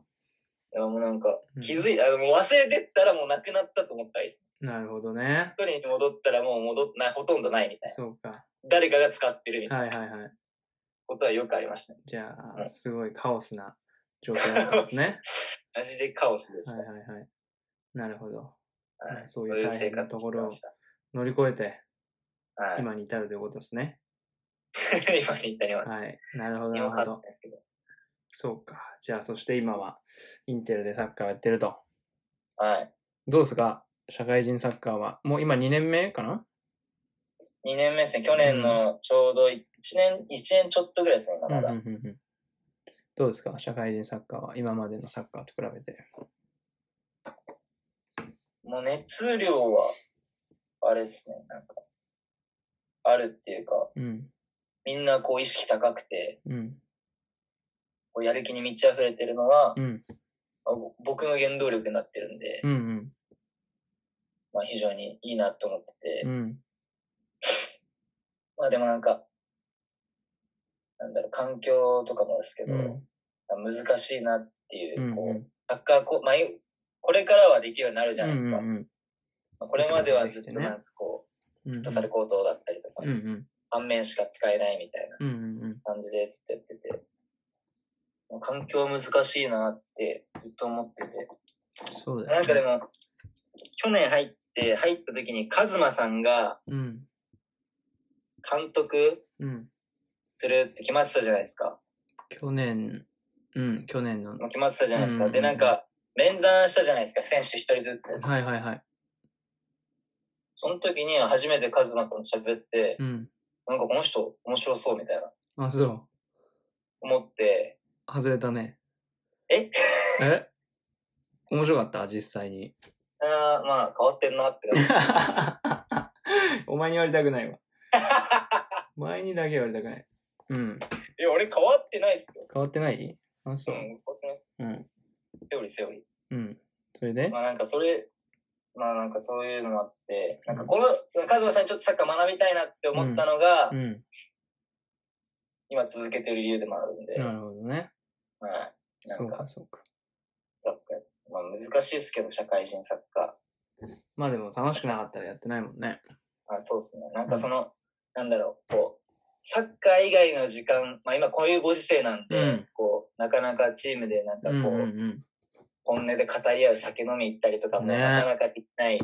[SPEAKER 2] やもうなんか
[SPEAKER 1] うん、
[SPEAKER 2] 気づいた、もう忘れてったらもうなくなったと思ったらいいです。
[SPEAKER 1] なるほどね。
[SPEAKER 2] 一人に戻ったらもう戻っない、ほとんどないみたいな。
[SPEAKER 1] そうか。
[SPEAKER 2] 誰かが使ってるみたいな
[SPEAKER 1] はいはいはい。
[SPEAKER 2] ことはよくありましたね。
[SPEAKER 1] じゃ
[SPEAKER 2] う
[SPEAKER 1] あ、
[SPEAKER 2] ん
[SPEAKER 1] すごいカオスな状況だったんです
[SPEAKER 2] [LAUGHS]
[SPEAKER 1] ね。
[SPEAKER 2] マジでカオスでし
[SPEAKER 1] はい
[SPEAKER 2] た。
[SPEAKER 1] はいはい。なるほど。い
[SPEAKER 2] はい
[SPEAKER 1] そういう大変なところを
[SPEAKER 2] そういう生活して
[SPEAKER 1] 乗り越えて、
[SPEAKER 2] ました。はい。
[SPEAKER 1] 今に至るということですね。
[SPEAKER 2] [LAUGHS] 今に至ります。
[SPEAKER 1] はい。なるほど、な
[SPEAKER 2] 今
[SPEAKER 1] るほ
[SPEAKER 2] 買ったん
[SPEAKER 1] ど。
[SPEAKER 2] ですけど。
[SPEAKER 1] そうか。じゃあ、そして今は、インテルでサッカーをやってると。
[SPEAKER 2] はい。
[SPEAKER 1] どうですか社会人サッカーは。もう今2年目かな
[SPEAKER 2] 2年目ですね。去年のちょうど1年、一年ちょっとぐらいですね、今
[SPEAKER 1] うんう
[SPEAKER 2] ま
[SPEAKER 1] んうんう
[SPEAKER 2] だ。
[SPEAKER 1] ん。どうですか社会人サッカーは。今までのサッカーと比べて。
[SPEAKER 2] もう熱量は、あれですね、なんか、あるっていうか、
[SPEAKER 1] うん。
[SPEAKER 2] みんなこう意識高くて、
[SPEAKER 1] うん。
[SPEAKER 2] こうやる気に満ち溢れてるのは、
[SPEAKER 1] うん。
[SPEAKER 2] まあぼ僕の原動力になってるんで、
[SPEAKER 1] うんうん。
[SPEAKER 2] まあ非常にいいなと思ってて、
[SPEAKER 1] うん。
[SPEAKER 2] まあでもなんか、なんだろう、環境とかもですけ
[SPEAKER 1] う
[SPEAKER 2] ど、
[SPEAKER 1] ん。
[SPEAKER 2] 難しいなっていうう、
[SPEAKER 1] ん。
[SPEAKER 2] こ
[SPEAKER 1] う
[SPEAKER 2] う、
[SPEAKER 1] ん。
[SPEAKER 2] サッカーこ、まあ、いこれからはできるようになるじゃないですか。
[SPEAKER 1] うんうん
[SPEAKER 2] まあこれまではずっとなんかこ
[SPEAKER 1] うん。う
[SPEAKER 2] う、
[SPEAKER 1] ん
[SPEAKER 2] フットサルコートだったりとか、
[SPEAKER 1] うんうん。
[SPEAKER 2] 半面しか使えないみたいな
[SPEAKER 1] うんうんうん。
[SPEAKER 2] 感じでずっとやってて、もう環境難しいなってずっと思ってて。
[SPEAKER 1] そうだよね。
[SPEAKER 2] なんかでも、去年入って、入った時にカズマさんが
[SPEAKER 1] うん。
[SPEAKER 2] 監督
[SPEAKER 1] うん。
[SPEAKER 2] するって決まってたじゃないですか。
[SPEAKER 1] 去年、うん。去年の。
[SPEAKER 2] もう決まってたじゃないです
[SPEAKER 1] う
[SPEAKER 2] か。
[SPEAKER 1] ん
[SPEAKER 2] で、なんか、面談したじゃないですか、選手一人ずつ。
[SPEAKER 1] はいはいはい。
[SPEAKER 2] その時に初めてカズマさんと喋って、
[SPEAKER 1] うん。
[SPEAKER 2] なんかこの人面白そうみたいな
[SPEAKER 1] あ、そう。
[SPEAKER 2] 思って、
[SPEAKER 1] 外れたね。
[SPEAKER 2] え
[SPEAKER 1] [LAUGHS] え面白かった実際
[SPEAKER 2] [LAUGHS]
[SPEAKER 1] に。
[SPEAKER 2] あーまあ変わってんなって感じ
[SPEAKER 1] [LAUGHS]
[SPEAKER 2] です。
[SPEAKER 1] お前に言われたくないわ。お前にだけ言われたくない。うん。
[SPEAKER 2] いや、俺変わってないっすよ。
[SPEAKER 1] 変わってないあ、
[SPEAKER 2] う
[SPEAKER 1] そ
[SPEAKER 2] ん、
[SPEAKER 1] う。
[SPEAKER 2] 変わってないっす。
[SPEAKER 1] うん。
[SPEAKER 2] セオリー、セオリ
[SPEAKER 1] うん。それで
[SPEAKER 2] ー。まあなんかそれ、まあなんかそういうのもあって、なんかこの、そのカズマさんにちょっとサッカー学びたいなって思ったのが、
[SPEAKER 1] うん。
[SPEAKER 2] 今続けてる理由でもあるんで、
[SPEAKER 1] なるほどね。
[SPEAKER 2] はい。な
[SPEAKER 1] そ
[SPEAKER 2] ん
[SPEAKER 1] う
[SPEAKER 2] か
[SPEAKER 1] か、そうか。
[SPEAKER 2] サッカー、まあ難しいっすけど、社会人サッカー。
[SPEAKER 1] まあでも楽しくなかったらやってないもんね。
[SPEAKER 2] あ、そうですね。なんかその、なんだろう、こう、サッカー以外の時間、まあ今こういうご時世なん
[SPEAKER 1] う
[SPEAKER 2] で、
[SPEAKER 1] ん
[SPEAKER 2] こう、なかなかチームでなんか
[SPEAKER 1] うんう
[SPEAKER 2] こう、
[SPEAKER 1] んうん。
[SPEAKER 2] 本音で語り合う酒飲み行ったりとかも
[SPEAKER 1] ね
[SPEAKER 2] なかなかできない、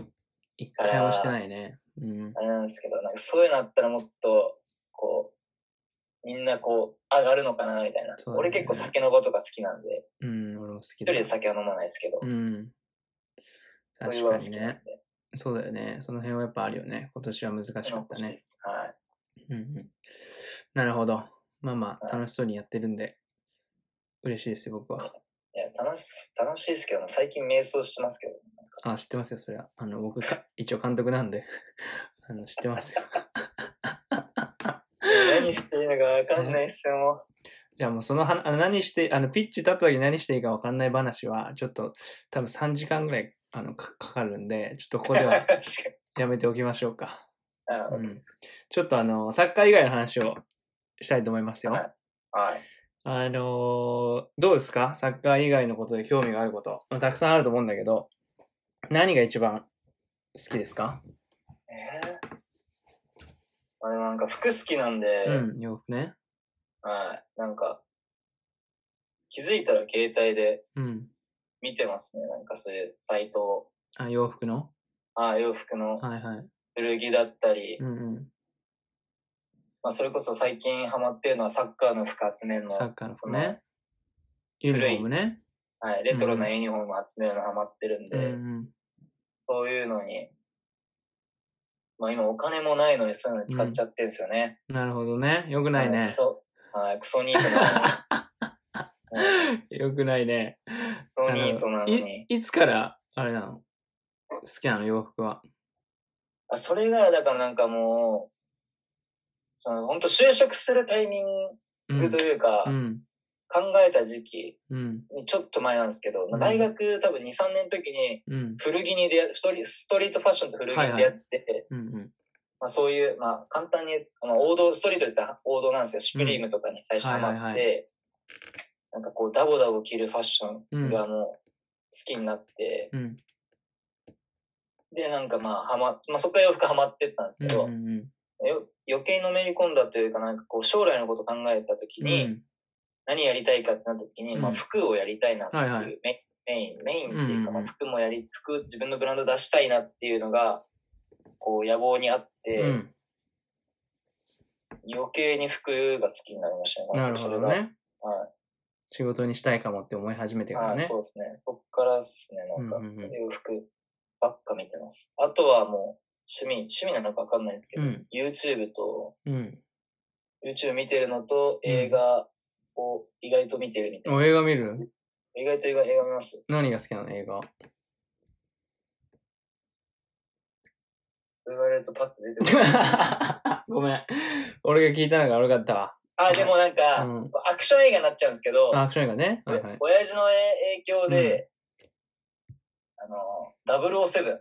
[SPEAKER 1] 一回もしてないね。うん。
[SPEAKER 2] あれなんですけど、なんかそういうのあったらもっと、こう、みんなこう、上がるのかな、みたいな。
[SPEAKER 1] そうだね
[SPEAKER 2] 俺結構酒のことが好きなんで、
[SPEAKER 1] うん、俺も好き
[SPEAKER 2] 一
[SPEAKER 1] だ。
[SPEAKER 2] 人で酒は飲まないですけど、
[SPEAKER 1] うん。
[SPEAKER 2] そうい
[SPEAKER 1] 確
[SPEAKER 2] うの
[SPEAKER 1] か
[SPEAKER 2] が好
[SPEAKER 1] に
[SPEAKER 2] きなん
[SPEAKER 1] ね
[SPEAKER 2] で。。
[SPEAKER 1] そうだよね。その辺はやっぱあるよね。今年は難しか
[SPEAKER 2] そういうの
[SPEAKER 1] った
[SPEAKER 2] 欲しい
[SPEAKER 1] ね
[SPEAKER 2] で。すはい。
[SPEAKER 1] うんうんなるほど。まあまあ、
[SPEAKER 2] はい
[SPEAKER 1] 楽しそうにやってるんで、嬉しいですよ、僕は。
[SPEAKER 2] いや、楽し、楽しいですけども、最近瞑想してますけど、
[SPEAKER 1] あ、知ってますよ、それは。あの、僕、か一応監督なんで、 [LAUGHS] あの、知ってますよ。 [LAUGHS]
[SPEAKER 2] 何していいのかわかんないっすよ、もう。
[SPEAKER 1] じゃあもうその話、あの何して、あの、ピッチ立った時何していいか分かんない話は、ちょっと、多分3時間ぐらい、あの、かかかるんで、ちょっとここでは
[SPEAKER 2] [LAUGHS] 確かに。
[SPEAKER 1] やめておきましょうか。 [LAUGHS]
[SPEAKER 2] あ
[SPEAKER 1] うんちょっとあの、サッカー以外の話をしたいと思いますよ。
[SPEAKER 2] はいはい。
[SPEAKER 1] あのーどうですかサッカー以外のことで興味があること、まあ、たくさんあると思うんだけど、何が一番好きですか、
[SPEAKER 2] えーまあでもなんか服好きなんで、
[SPEAKER 1] うん、洋服ね。
[SPEAKER 2] はい。なんか、気づいたら携帯で
[SPEAKER 1] うん。
[SPEAKER 2] 見てますね。なんかそういうサイトを。
[SPEAKER 1] あ、洋服の
[SPEAKER 2] ああ、洋服の
[SPEAKER 1] はいはい。
[SPEAKER 2] 古着だったり、
[SPEAKER 1] うんうん。
[SPEAKER 2] まあそれこそ最近ハマってるのはサッカーの服集めるの。
[SPEAKER 1] サッカーの
[SPEAKER 2] そ
[SPEAKER 1] 服ね。ユニフォームね。
[SPEAKER 2] はい。レトロなユニフォーム集めるのハマってるん
[SPEAKER 1] う
[SPEAKER 2] で、
[SPEAKER 1] んうん。
[SPEAKER 2] そういうのに、まあ今お金もないのにそういうのに使っちゃってるんですよね。
[SPEAKER 1] なるほどね。よくない
[SPEAKER 2] もう
[SPEAKER 1] ね [LAUGHS]
[SPEAKER 2] ク。ソ、はい、クソニートなのに。もう
[SPEAKER 1] よくないね。
[SPEAKER 2] ソニートなの
[SPEAKER 1] い
[SPEAKER 2] に。
[SPEAKER 1] いつからあれなの好きなの洋服は。
[SPEAKER 2] あそれが、だからなんかもう、その、本当就職するタイミン
[SPEAKER 1] うん
[SPEAKER 2] グというか、
[SPEAKER 1] うん。
[SPEAKER 2] 考えた時期
[SPEAKER 1] うん。
[SPEAKER 2] にちょっと前なんですけど、
[SPEAKER 1] うん
[SPEAKER 2] 大学多分2、3年の時に
[SPEAKER 1] うん。
[SPEAKER 2] 古着に出会ストリ、ストリートファッションと古着に出会って、
[SPEAKER 1] うん。うん。
[SPEAKER 2] まあそういう、まあ簡単に、まあ王道、ストリートって王道なんですけど、シュプリームとかに最初ハマって、
[SPEAKER 1] はいはい
[SPEAKER 2] なんかこうダボダボ着るファッショ
[SPEAKER 1] う
[SPEAKER 2] ン
[SPEAKER 1] ん
[SPEAKER 2] がもう好きになって、
[SPEAKER 1] うん。
[SPEAKER 2] で、なんかまあハマ、まあそこから洋服ハマってったんですけど、
[SPEAKER 1] うん。
[SPEAKER 2] よ余計のめり込んだというか、なんかこう将来のこと考えた時
[SPEAKER 1] う
[SPEAKER 2] に、
[SPEAKER 1] ん。
[SPEAKER 2] 何やりたいかってなった時に、
[SPEAKER 1] うん
[SPEAKER 2] まあ服をやりたいなっていう、
[SPEAKER 1] はいはい
[SPEAKER 2] メメイン、メインっていうか、
[SPEAKER 1] うんうんうん
[SPEAKER 2] まあ服もやり、服、自分のブランド出したいなっていうのが、こう野望にあって、
[SPEAKER 1] うん。
[SPEAKER 2] 余計に服が好きになりましたね。
[SPEAKER 1] なるほど
[SPEAKER 2] それ
[SPEAKER 1] ね。
[SPEAKER 2] が。はい。
[SPEAKER 1] 仕事にしたいかもって思い始めてから
[SPEAKER 2] はい
[SPEAKER 1] ね
[SPEAKER 2] そ。うですね。そっからですね、なんか、
[SPEAKER 1] うんうんうん
[SPEAKER 2] 洋服ばっか見てます。あとはもう、趣味、趣味なのかわかんないですけ
[SPEAKER 1] う
[SPEAKER 2] ど、
[SPEAKER 1] ん。
[SPEAKER 2] YouTube と、
[SPEAKER 1] うん。
[SPEAKER 2] YouTube 見てるのと、
[SPEAKER 1] うん
[SPEAKER 2] 映画を意外と見てるみたいな。
[SPEAKER 1] お映画見る
[SPEAKER 2] 意外と映画、映画見ますよ。
[SPEAKER 1] 何が好きなの映画。
[SPEAKER 2] そう言われるとパッと出
[SPEAKER 1] [LAUGHS]
[SPEAKER 2] てくる。
[SPEAKER 1] ごめん。俺が聞いたのが悪かったわ。
[SPEAKER 2] あ、でもなんか、
[SPEAKER 1] うん
[SPEAKER 2] アクション映画になっちゃうんですけど、
[SPEAKER 1] あアクション映画ね。はいはい。
[SPEAKER 2] 親父の影響で、あの、007、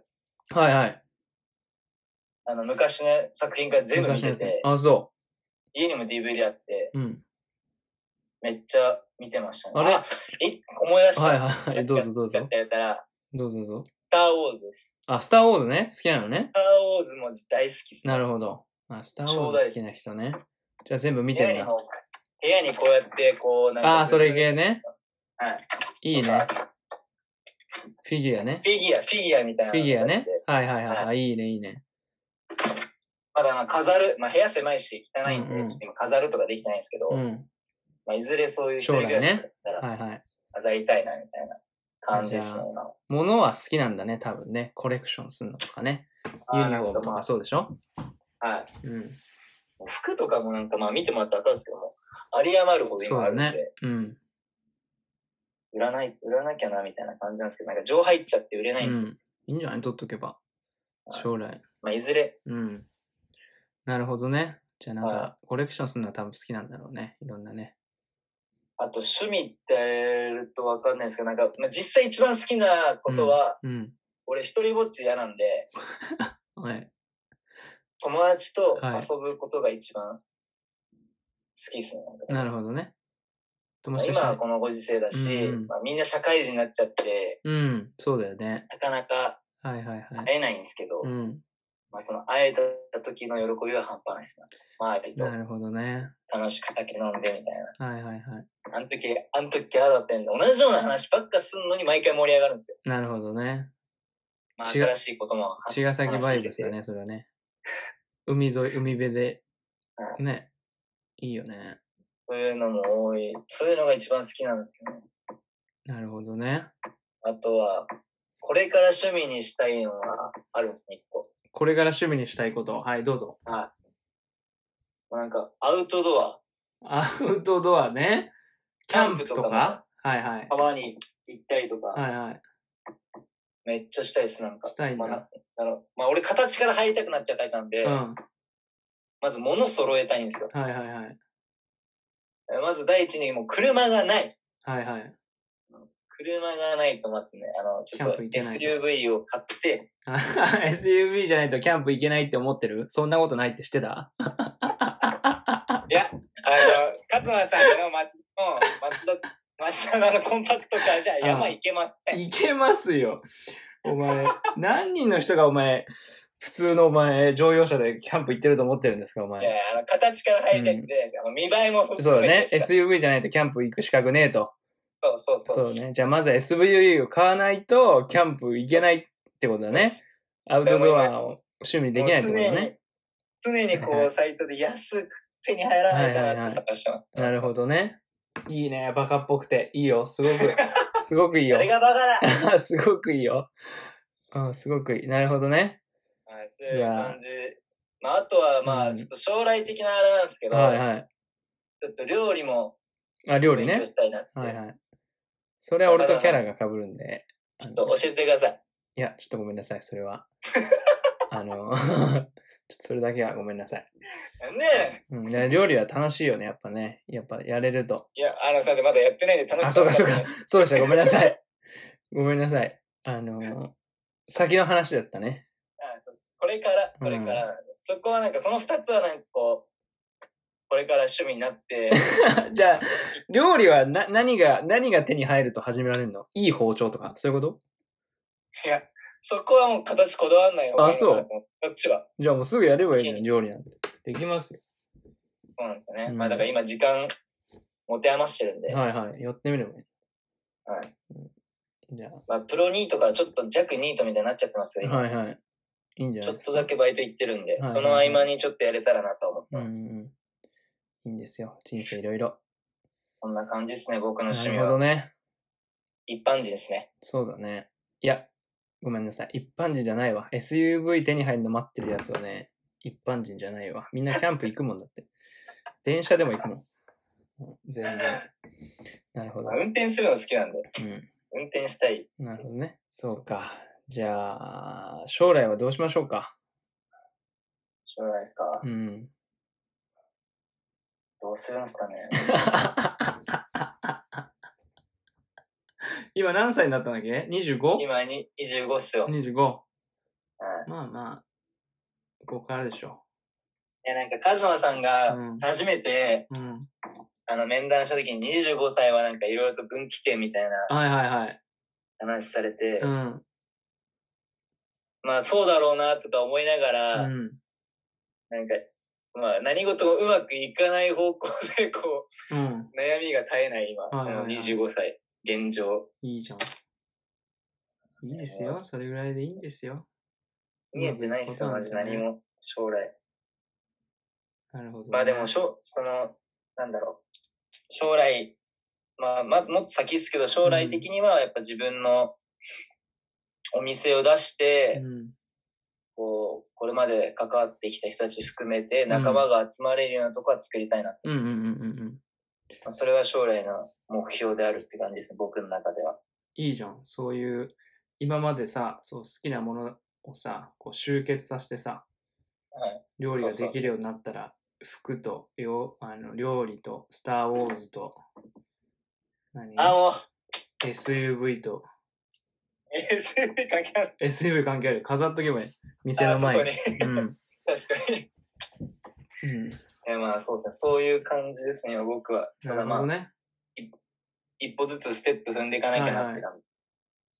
[SPEAKER 1] はいはい。
[SPEAKER 2] あの、昔の作品が全部見て
[SPEAKER 1] 昔のや
[SPEAKER 2] て
[SPEAKER 1] つ、あ、そ
[SPEAKER 2] 家にも DVD あって、
[SPEAKER 1] う。うん。
[SPEAKER 2] めっちゃ見てましたね。
[SPEAKER 1] あれ
[SPEAKER 2] え思い出した。
[SPEAKER 1] はいはい。どうぞどう
[SPEAKER 2] や
[SPEAKER 1] ぞ
[SPEAKER 2] っ。てやったら、
[SPEAKER 1] どうぞどうぞ。
[SPEAKER 2] スターウォーズです。
[SPEAKER 1] あ、スターウォーズね。好きなのね
[SPEAKER 2] ス。ターウォーズも大好きです、
[SPEAKER 1] なる
[SPEAKER 2] ほ
[SPEAKER 1] ほど。あ、スター
[SPEAKER 2] ち
[SPEAKER 1] ウ
[SPEAKER 2] ょ
[SPEAKER 1] ォー
[SPEAKER 2] うだい
[SPEAKER 1] ズ
[SPEAKER 2] で
[SPEAKER 1] 好
[SPEAKER 2] す
[SPEAKER 1] きな人ね。じゃあ全部見てん
[SPEAKER 2] 部屋に
[SPEAKER 1] だ。
[SPEAKER 2] こう部屋にこうやって、こう、なんか。
[SPEAKER 1] あー、それ系ね。
[SPEAKER 2] はい。
[SPEAKER 1] いい
[SPEAKER 2] なん
[SPEAKER 1] ね。
[SPEAKER 2] か
[SPEAKER 1] フィギュアね。
[SPEAKER 2] フィギュア、フィギュアみたいな。
[SPEAKER 1] フィギュアね。。はいはいはい。
[SPEAKER 2] はい
[SPEAKER 1] あいいね、いいね。
[SPEAKER 2] まだな、飾る。まあ、部屋狭いし、汚いん
[SPEAKER 1] うんう
[SPEAKER 2] で、
[SPEAKER 1] ん
[SPEAKER 2] ちょっと今飾るとかできてないんですけど、
[SPEAKER 1] うん。
[SPEAKER 2] まあ、いずれそういう一人暮らしだったら、
[SPEAKER 1] はいはい。
[SPEAKER 2] 飾りたいな、みたいな感じです
[SPEAKER 1] じ
[SPEAKER 2] ね
[SPEAKER 1] ゃ、
[SPEAKER 2] 今は
[SPEAKER 1] 物は好きなんだね、多分ね。コレクションするのとかね。
[SPEAKER 2] あ
[SPEAKER 1] ユ
[SPEAKER 2] ー
[SPEAKER 1] ニフォー
[SPEAKER 2] な
[SPEAKER 1] ム
[SPEAKER 2] ん
[SPEAKER 1] と
[SPEAKER 2] ま
[SPEAKER 1] かそうでしょ
[SPEAKER 2] あはい。
[SPEAKER 1] うん。
[SPEAKER 2] 服とかもなんか、まあ、見てもらったら分かるんですけども、あり余るほど
[SPEAKER 1] そう
[SPEAKER 2] 今あ
[SPEAKER 1] だ
[SPEAKER 2] るんで、
[SPEAKER 1] ね。うん。
[SPEAKER 2] 売らない、売らなきゃな、みたいな感じなんですけど、なんか、情入っちゃって売れ
[SPEAKER 1] う
[SPEAKER 2] ないんですよ。
[SPEAKER 1] ん。いいんじゃない取っとけば。
[SPEAKER 2] はい
[SPEAKER 1] 将来。
[SPEAKER 2] まあ、いずれ、
[SPEAKER 1] うん。なるほどね。じゃあなん
[SPEAKER 2] は
[SPEAKER 1] か、コレクションするのは多分好きなんだろうね。いろんなね。
[SPEAKER 2] あと趣味ってやるとわかんないですけど、なんか、まあ、実際一番好きなことは、
[SPEAKER 1] うん。
[SPEAKER 2] 俺一人ぼっち嫌なんで、
[SPEAKER 1] はい。
[SPEAKER 2] 友達と
[SPEAKER 1] はい
[SPEAKER 2] 遊ぶことが一番好きですね。
[SPEAKER 1] なるほどね。友
[SPEAKER 2] まあ
[SPEAKER 1] 達と
[SPEAKER 2] 今
[SPEAKER 1] 一緒
[SPEAKER 2] は
[SPEAKER 1] に
[SPEAKER 2] このご時世だし、
[SPEAKER 1] うんうん
[SPEAKER 2] まあ、みんな社会人になっちゃって、
[SPEAKER 1] うん。そうだよね。
[SPEAKER 2] なかなか
[SPEAKER 1] はいはいはい。
[SPEAKER 2] 会えないんですけど、
[SPEAKER 1] うん。
[SPEAKER 2] まあその会えた時の喜びは半端ないですね。周りと
[SPEAKER 1] なるほどね。
[SPEAKER 2] 楽しく酒飲んでみたい
[SPEAKER 1] はいはいはい。
[SPEAKER 2] な。あの時、あの時嫌だったんで、同じような話ばっかすんのに毎回盛り上がるんですよ。
[SPEAKER 1] なるほどね。
[SPEAKER 2] まあ
[SPEAKER 1] 違う
[SPEAKER 2] 新しいこと [LAUGHS] も。
[SPEAKER 1] 茅ヶ崎バイブスだね、それはね。海沿い、海辺で。
[SPEAKER 2] う
[SPEAKER 1] ね。いいよね。
[SPEAKER 2] そういうのも多い。そういうのが一番好きなんですけどね。
[SPEAKER 1] なるほどね。
[SPEAKER 2] あとは、これから趣味にしたいのがあるんですね、一個。
[SPEAKER 1] これから趣味にしたいこと。はい、どうぞ。
[SPEAKER 2] はい。なんか、アウトドア、
[SPEAKER 1] アウトドアね。キャンプと
[SPEAKER 2] キャンプとか
[SPEAKER 1] かはいはい。
[SPEAKER 2] 川に行ったりとか、
[SPEAKER 1] はいはい。
[SPEAKER 2] めっちゃしたいです、なんか。
[SPEAKER 1] したいん
[SPEAKER 2] まあ
[SPEAKER 1] だ
[SPEAKER 2] な。あの、まあ、俺形から入りたくなっちゃうタイプなんで、
[SPEAKER 1] うん。は
[SPEAKER 2] まず物揃えたいんですよ。
[SPEAKER 1] いはいはい。
[SPEAKER 2] まず第一に、もう車がない。
[SPEAKER 1] はいはい。 [LAUGHS]
[SPEAKER 2] 車がないと、まずね、あの、ち
[SPEAKER 1] キ
[SPEAKER 2] ょっ
[SPEAKER 1] ャン
[SPEAKER 2] と
[SPEAKER 1] プ行けないと
[SPEAKER 2] SUV を買って、
[SPEAKER 1] あ SUV じゃないとキャンプ行けないって思ってるそんなことないってして
[SPEAKER 2] [LAUGHS]
[SPEAKER 1] た
[SPEAKER 2] いや、あの、勝間さんの松の、松田、松田のコンパクトカーじゃ山行けません。
[SPEAKER 1] いけますよ。お前、何人の人がお前、普通のお前、乗用車でキャンプ行ってると思ってるんですか、お
[SPEAKER 2] いや
[SPEAKER 1] 前。、
[SPEAKER 2] あの、形から入りたいんで、あの見栄えも
[SPEAKER 1] [LAUGHS]
[SPEAKER 2] 含めて
[SPEAKER 1] そうだね。
[SPEAKER 2] ですか
[SPEAKER 1] SUV じゃないとキャンプ行く資格ねえと。
[SPEAKER 2] らそうそうそう。
[SPEAKER 1] そうね。じゃあまずは SUV を買わないとキャンプ行けないってことだね。アウトドアを趣味にできないってことだね。
[SPEAKER 2] 常に、常に
[SPEAKER 1] はい
[SPEAKER 2] こ
[SPEAKER 1] は
[SPEAKER 2] う、サイトで安く手に入らないか
[SPEAKER 1] はいはい
[SPEAKER 2] な
[SPEAKER 1] は
[SPEAKER 2] っ
[SPEAKER 1] い
[SPEAKER 2] て探してます。
[SPEAKER 1] なるほどね。いいね。バカっぽくて。いいよ。すごく、 [LAUGHS] すごくいいよ
[SPEAKER 2] あ。れがバカ
[SPEAKER 1] [LAUGHS]
[SPEAKER 2] だ
[SPEAKER 1] すごくいいよ。うん、すごくいい。なるほどね。
[SPEAKER 2] はい、そういう感じ。まあ、あとは、ま
[SPEAKER 1] う
[SPEAKER 2] あ、
[SPEAKER 1] ん
[SPEAKER 2] ちょっと将来的なあれなんですけど、
[SPEAKER 1] はいはい。
[SPEAKER 2] ちょっと料理も
[SPEAKER 1] あ、料理
[SPEAKER 2] 勉強
[SPEAKER 1] ね
[SPEAKER 2] し。たいなって。
[SPEAKER 1] はいはい。それは俺とキャラが被るんで、
[SPEAKER 2] ちょっと教えてください。
[SPEAKER 1] いや、ちょっとごめんなさい、それ [LAUGHS] は。あの、 [LAUGHS] ちょっとそれだけはごめんなさい。
[SPEAKER 2] ねえ。
[SPEAKER 1] うん、で料理は楽しいよね、やっぱね。やっぱやれると。
[SPEAKER 2] いや、あの、先生、まだやってないんで楽し
[SPEAKER 1] あ、そうか、そう
[SPEAKER 2] な
[SPEAKER 1] か
[SPEAKER 2] んで。
[SPEAKER 1] そうでした、ごめんな [LAUGHS] さい。ごめんなさい。あの、先の話だったね。 [LAUGHS]
[SPEAKER 2] あそうですこれから、これから、そこはなんか、その二つはなんかこう、これから趣味にな
[SPEAKER 1] [LAUGHS]
[SPEAKER 2] って、
[SPEAKER 1] じゃあ、料理はな、何が、何が手に入ると始められるのいい包丁とか、そういうこと
[SPEAKER 2] いや、そこはもう形こだわんないよ。
[SPEAKER 1] あそう。
[SPEAKER 2] こっちは。
[SPEAKER 1] じゃあもうすぐやればいいのに、料理なんて。できますよ。
[SPEAKER 2] そうなんですよね。
[SPEAKER 1] うん
[SPEAKER 2] まあだから今時間持て余してるんで、
[SPEAKER 1] はいはい。やってみればいい。
[SPEAKER 2] はい
[SPEAKER 1] うん。じゃ
[SPEAKER 2] まあプロニートからちょっと弱ニートみたいになっちゃってますけ
[SPEAKER 1] あ、
[SPEAKER 2] ど、
[SPEAKER 1] はいはい。いいんじゃ
[SPEAKER 2] ち
[SPEAKER 1] な
[SPEAKER 2] ょ
[SPEAKER 1] い
[SPEAKER 2] っ
[SPEAKER 1] ですか
[SPEAKER 2] とだけバイト行ってるんで、
[SPEAKER 1] いはい
[SPEAKER 2] その合間にちょっとやれたらなと思って
[SPEAKER 1] うんう
[SPEAKER 2] ま
[SPEAKER 1] ん
[SPEAKER 2] す。
[SPEAKER 1] うん。いいんですよ。人生いろいろ。
[SPEAKER 2] こんな感じですね、僕の
[SPEAKER 1] な
[SPEAKER 2] 趣味
[SPEAKER 1] るほど
[SPEAKER 2] は。
[SPEAKER 1] ね。
[SPEAKER 2] 一般人ですね。
[SPEAKER 1] そうだね。いや、ごめんなさい。一般人じゃないわ。SUV 手に入るの待ってるやつはね、一般人じゃないわ。みんなキャンプ行くもんだ [LAUGHS] って。電車でも行くもん。うん全然。なるほど
[SPEAKER 2] まあ。運転するの好きなんで、
[SPEAKER 1] う
[SPEAKER 2] 運転したい。
[SPEAKER 1] ん。なるほどね。そうか。じゃあ、将来はどうしましょうか。
[SPEAKER 2] しょうがないですか
[SPEAKER 1] うん。
[SPEAKER 2] どうするんですかね。
[SPEAKER 1] [LAUGHS] 今何歳になったんだっけ ?25?25
[SPEAKER 2] 今に25っすよ。はい。い
[SPEAKER 1] まあまあ、ここからでしょ
[SPEAKER 2] や、なんか、カズマさんが
[SPEAKER 1] うん
[SPEAKER 2] 初めて、
[SPEAKER 1] う。うん。
[SPEAKER 2] あの、面談した時に25歳はなんかいろいろと分岐点みたいな
[SPEAKER 1] はいはいはい。
[SPEAKER 2] 話されて、
[SPEAKER 1] うん。
[SPEAKER 2] まあそうだろうなとか思いなが
[SPEAKER 1] う
[SPEAKER 2] ら、
[SPEAKER 1] ん。
[SPEAKER 2] なんか、まあ何事もうまくいかない方向でこ
[SPEAKER 1] うん。
[SPEAKER 2] う、 [LAUGHS] 悩みが絶えない今、
[SPEAKER 1] はいはいはい
[SPEAKER 2] この25歳、現状。
[SPEAKER 1] いいじゃん。いいですよ。それぐらいでいいんですよ。
[SPEAKER 2] 見えてないっすよ、
[SPEAKER 1] うま
[SPEAKER 2] マ
[SPEAKER 1] くい
[SPEAKER 2] ジ
[SPEAKER 1] くことなんだ
[SPEAKER 2] 何
[SPEAKER 1] ね。
[SPEAKER 2] も、将来。
[SPEAKER 1] なるほどね、
[SPEAKER 2] まあでも、しょその、なんだろう。将来、まあ、まあ、もっと先っすけど、将来的にはやっぱ自分のお店を出して、
[SPEAKER 1] うん。
[SPEAKER 2] こう、これまで関わってきた人たち含めて、仲間が集まれるようなとこは作りたいなって。
[SPEAKER 1] うんうんうんうんうん。
[SPEAKER 2] まあそれは将来の目標であるって感じですね、僕の中では。
[SPEAKER 1] いいじゃん。そういう、今までさ、そう好きなものをさ、こう集結させてさ、
[SPEAKER 2] はい。
[SPEAKER 1] 料理が
[SPEAKER 2] そ
[SPEAKER 1] で
[SPEAKER 2] うそう
[SPEAKER 1] き
[SPEAKER 2] そう
[SPEAKER 1] るようになったら、服とよあの料理と、スター・ウォーズと、何
[SPEAKER 2] あ、お
[SPEAKER 1] ?SUV と、
[SPEAKER 2] SUV 関係ないっす。
[SPEAKER 1] SUV 関係ある。飾っとけばいい。店
[SPEAKER 2] あ
[SPEAKER 1] の
[SPEAKER 2] そこ
[SPEAKER 1] 前
[SPEAKER 2] に
[SPEAKER 1] に。。うん。うん。
[SPEAKER 2] 確かに。えまあそうですね、そういう感じですね、僕は。た
[SPEAKER 1] なる
[SPEAKER 2] だ
[SPEAKER 1] ほ
[SPEAKER 2] [LAUGHS] ま
[SPEAKER 1] ど
[SPEAKER 2] あ、
[SPEAKER 1] ね。
[SPEAKER 2] 一歩ずつステップ踏んでいかなきゃなって感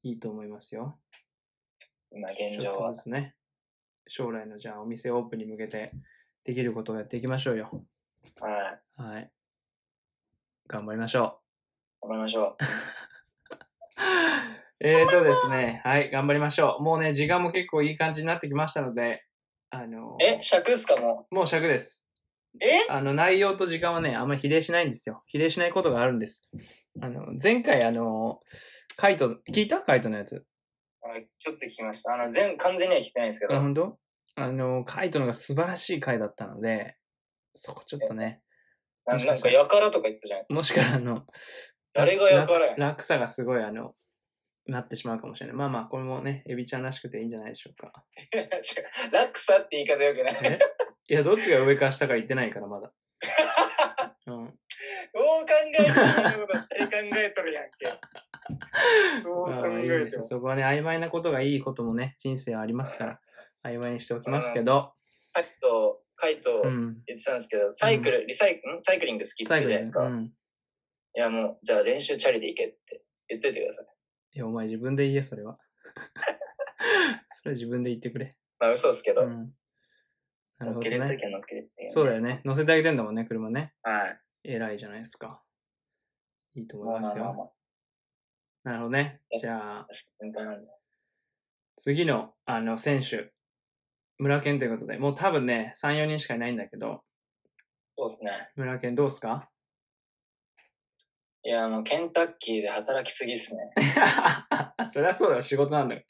[SPEAKER 1] いいと思いますよ。
[SPEAKER 2] じ。今現
[SPEAKER 1] ちょ
[SPEAKER 2] 状
[SPEAKER 1] っ
[SPEAKER 2] は
[SPEAKER 1] と。ずつね、将来のじゃあお店オープンに向けてできることをやっていきましょうよ。
[SPEAKER 2] はい。
[SPEAKER 1] はい。頑張りまし [LAUGHS] ょ
[SPEAKER 2] 頑張りましょう。
[SPEAKER 1] う。えーとですね、はい、頑張りましょう。もうね、時間も結構いい感じになってきましたので、あの、
[SPEAKER 2] え、尺っすかも
[SPEAKER 1] もう尺です。
[SPEAKER 2] う。え
[SPEAKER 1] あの、内容と時間はね、あんまり比例しないんですよ。比例しないことがあるんです。あの、前回あの、カイト、聞いたカイトのやつ。
[SPEAKER 2] あのちょっと聞きました。あの、全、完全には聞いてないんですけど。
[SPEAKER 1] あ、
[SPEAKER 2] はい。
[SPEAKER 1] 本当？あの、カイトのが素晴らしい回だったので、そこちょっとね、
[SPEAKER 2] ななんか、やからとか言ってたじゃないですか。
[SPEAKER 1] もしかしたらあの、
[SPEAKER 2] 誰がやからや
[SPEAKER 1] 落落差がすごいあの、なってしまうかもしれない。まあまあ、これもね、エビちゃんらしくていいんじゃないでしょうか。
[SPEAKER 2] 違う。 [LAUGHS] 落差って言い方よくない。
[SPEAKER 1] え [LAUGHS] いや、どっちが上か下か言ってないから、
[SPEAKER 2] [LAUGHS]
[SPEAKER 1] まだ。うん。
[SPEAKER 2] どう考えてもそんなこと下に考えとるやんけ。どう考
[SPEAKER 1] まあまあいいん
[SPEAKER 2] え
[SPEAKER 1] で
[SPEAKER 2] て
[SPEAKER 1] す
[SPEAKER 2] も
[SPEAKER 1] よ。。そこはね、曖昧なことがいいこともね、人生はありますから、曖昧にしておきますけど、
[SPEAKER 2] カイト、カイト
[SPEAKER 1] うん。
[SPEAKER 2] 言ってたんですけど、サイクル、リサイクル、んサイクリング好きって言ってたじゃないですか。
[SPEAKER 1] 最後にうん。
[SPEAKER 2] いやもう、じゃあ練習チャリで行けって言っといてください。
[SPEAKER 1] いや、お前自分で言え、それ
[SPEAKER 2] [LAUGHS]
[SPEAKER 1] は。それは自分で言ってくれ。
[SPEAKER 2] まあ嘘ですけど、
[SPEAKER 1] う
[SPEAKER 2] 乗っ
[SPEAKER 1] ん。なるほど
[SPEAKER 2] けれると
[SPEAKER 1] ね
[SPEAKER 2] き。は乗っけれるってい
[SPEAKER 1] そうだよね。乗せてあげてんだもんね、車ね。
[SPEAKER 2] はい。
[SPEAKER 1] 偉いじゃないですか。いいと思
[SPEAKER 2] まあ
[SPEAKER 1] いま
[SPEAKER 2] ますあまあ
[SPEAKER 1] よ。
[SPEAKER 2] まあ。
[SPEAKER 1] なるほどね
[SPEAKER 2] え。
[SPEAKER 1] じゃあ、
[SPEAKER 2] 心配なんで。
[SPEAKER 1] 次の、あの、選手、村健ということで、もう多分ね、3、4人しかいないんだけど、
[SPEAKER 2] そうですね。
[SPEAKER 1] 村健どうすか [LAUGHS]
[SPEAKER 2] いやもうケンタッキーで働きすぎっすね。 [LAUGHS]
[SPEAKER 1] そりゃそうだよ、仕事なんだか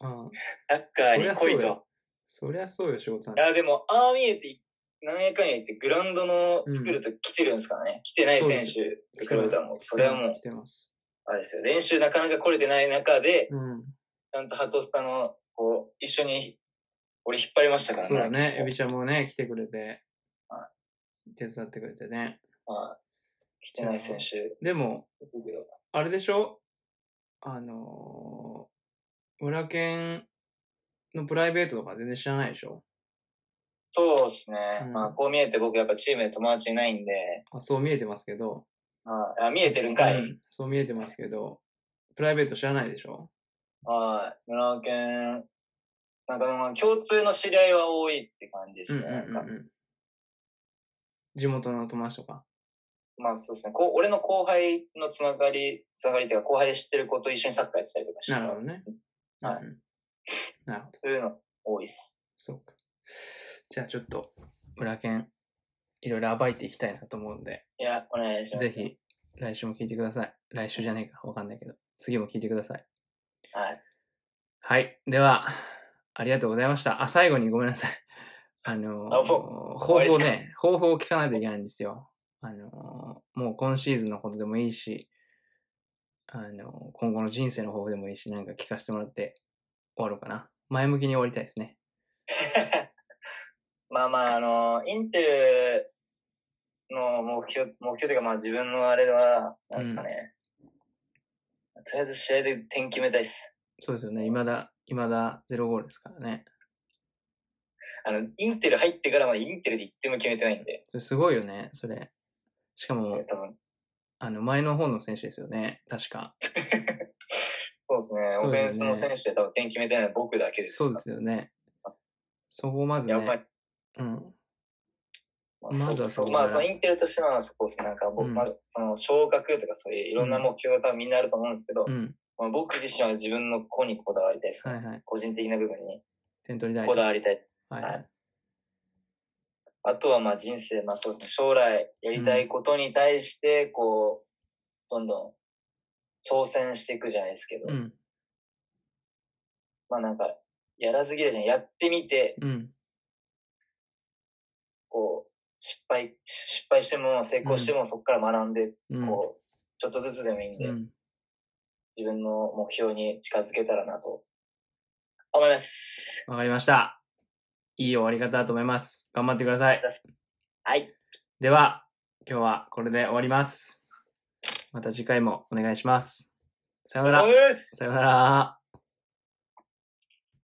[SPEAKER 1] ら。うん。
[SPEAKER 2] サッカーに
[SPEAKER 1] そり
[SPEAKER 2] 来
[SPEAKER 1] ゃそ
[SPEAKER 2] いう
[SPEAKER 1] だ
[SPEAKER 2] と
[SPEAKER 1] よ。そりゃそうよ、仕事なん
[SPEAKER 2] い
[SPEAKER 1] だか
[SPEAKER 2] やでも、ああ見えて、何やかんや言ってグラウンドの作るとき来てるんですからね。来てない選手と比べたらもう、それはもう
[SPEAKER 1] 来、てます。
[SPEAKER 2] あれですよ、練習なかなか来れてない中で、
[SPEAKER 1] うん。
[SPEAKER 2] ちゃんとハトスタの、こう、一緒に、俺引っ張りましたから
[SPEAKER 1] そうだね。エ
[SPEAKER 2] 結
[SPEAKER 1] ビちゃんもね、来てくれて
[SPEAKER 2] は、
[SPEAKER 1] 手伝ってくれてね。
[SPEAKER 2] 構はい。来てない選手。
[SPEAKER 1] でも、
[SPEAKER 2] いるけど
[SPEAKER 1] あれでしょあのー、裏剣のプライベートとか全然知らないでしょ
[SPEAKER 2] そうですね。
[SPEAKER 1] うん
[SPEAKER 2] まあ、こう見えて僕やっぱチームで友達いないんで、
[SPEAKER 1] あそう見えてますけど、
[SPEAKER 2] はいあ見えてるんかい。
[SPEAKER 1] うんそう見えてますけど、プライベート知らないでしょ
[SPEAKER 2] はい。村尾県、なんかまあ共通の知り合いは多いって感じですね。
[SPEAKER 1] うんうん
[SPEAKER 2] な
[SPEAKER 1] うんん
[SPEAKER 2] か
[SPEAKER 1] うん地元の友達とか。
[SPEAKER 2] まあそうですね。こう俺の後輩のつながり、つながりっていうか後輩で知ってる子と一緒にサッカーやってたりとかして
[SPEAKER 1] な
[SPEAKER 2] た
[SPEAKER 1] るほどね。
[SPEAKER 2] はい
[SPEAKER 1] うんうん。なるほど。
[SPEAKER 2] そういうの多いっす。
[SPEAKER 1] そうか。じゃあちょっと、裏剣、いろいろ暴いていきたいなと思うんで、
[SPEAKER 2] いや、お願いします。
[SPEAKER 1] ぜ。ひ、来週も聞いてください。来週じゃねえか、わかんないけど、次も聞いてください。
[SPEAKER 2] はい。
[SPEAKER 1] はい。では、ありがとうございました。あ、最後にごめんなさい。あのー
[SPEAKER 2] あも
[SPEAKER 1] 方法ね、方法を聞かないといけないんですよ。あのーもう今シーズンのことでもいいし、あのー今後の人生の方法でもいいし、なんか聞かせてもらって終わろうかな。前向きに終わりたいですね。
[SPEAKER 2] まあまあ、あの、インテルの目標、目標というかまあ自分のあれは、なんですかね。とりあえず試合で点決めたいっす。
[SPEAKER 1] そうですよね。未だ、未だゼロゴールですからね。
[SPEAKER 2] あの、インテル入ってからまだインテルで1点も決めてないんで、
[SPEAKER 1] すごいよね、それ。しかも、
[SPEAKER 2] 多分。
[SPEAKER 1] あの、前の方の選手ですよね。確か。
[SPEAKER 2] [LAUGHS] そうですね。
[SPEAKER 1] そう
[SPEAKER 2] オフ
[SPEAKER 1] ですよね
[SPEAKER 2] ェンスの選手で多分点決めてないのは僕だけです。
[SPEAKER 1] そうですよね。そこをまず
[SPEAKER 2] やっぱ
[SPEAKER 1] ね
[SPEAKER 2] り、、
[SPEAKER 1] うん、
[SPEAKER 2] ま
[SPEAKER 1] まずはそ
[SPEAKER 2] そ
[SPEAKER 1] こか
[SPEAKER 2] う
[SPEAKER 1] ら
[SPEAKER 2] まあ、そのインテルとしての、そこですね。なんか僕、
[SPEAKER 1] うん
[SPEAKER 2] まあ、その昇格とかそういういろんな目標が多分みんなあると思うんですけど、
[SPEAKER 1] うん。
[SPEAKER 2] まあ、僕自身は自分の個にこだわりたいです、
[SPEAKER 1] はいはい。
[SPEAKER 2] 個人的な部分に
[SPEAKER 1] 点取りたい。
[SPEAKER 2] ことだ
[SPEAKER 1] はい
[SPEAKER 2] わりたい。
[SPEAKER 1] はい。
[SPEAKER 2] あとはまあ人生、まあそうですね、将来やりたいことに対して、こう、どんどん挑戦していくじゃないですけど、
[SPEAKER 1] うん。
[SPEAKER 2] まあなんか、やらず嫌いじゃん。やってみて、
[SPEAKER 1] うん。
[SPEAKER 2] こう、失敗、失敗しても成功してもそこから学んで、
[SPEAKER 1] うん。
[SPEAKER 2] こう、ちょっとずつでもいいんで、
[SPEAKER 1] うん。
[SPEAKER 2] 自分の目標に近づけたらなと、思います。
[SPEAKER 1] わかりました。いい終わり方だと思います。頑張ってください。
[SPEAKER 2] はい。
[SPEAKER 1] では、今日はこれで終わります。また次回もお願いします。さようなら。
[SPEAKER 2] です
[SPEAKER 1] さようなら。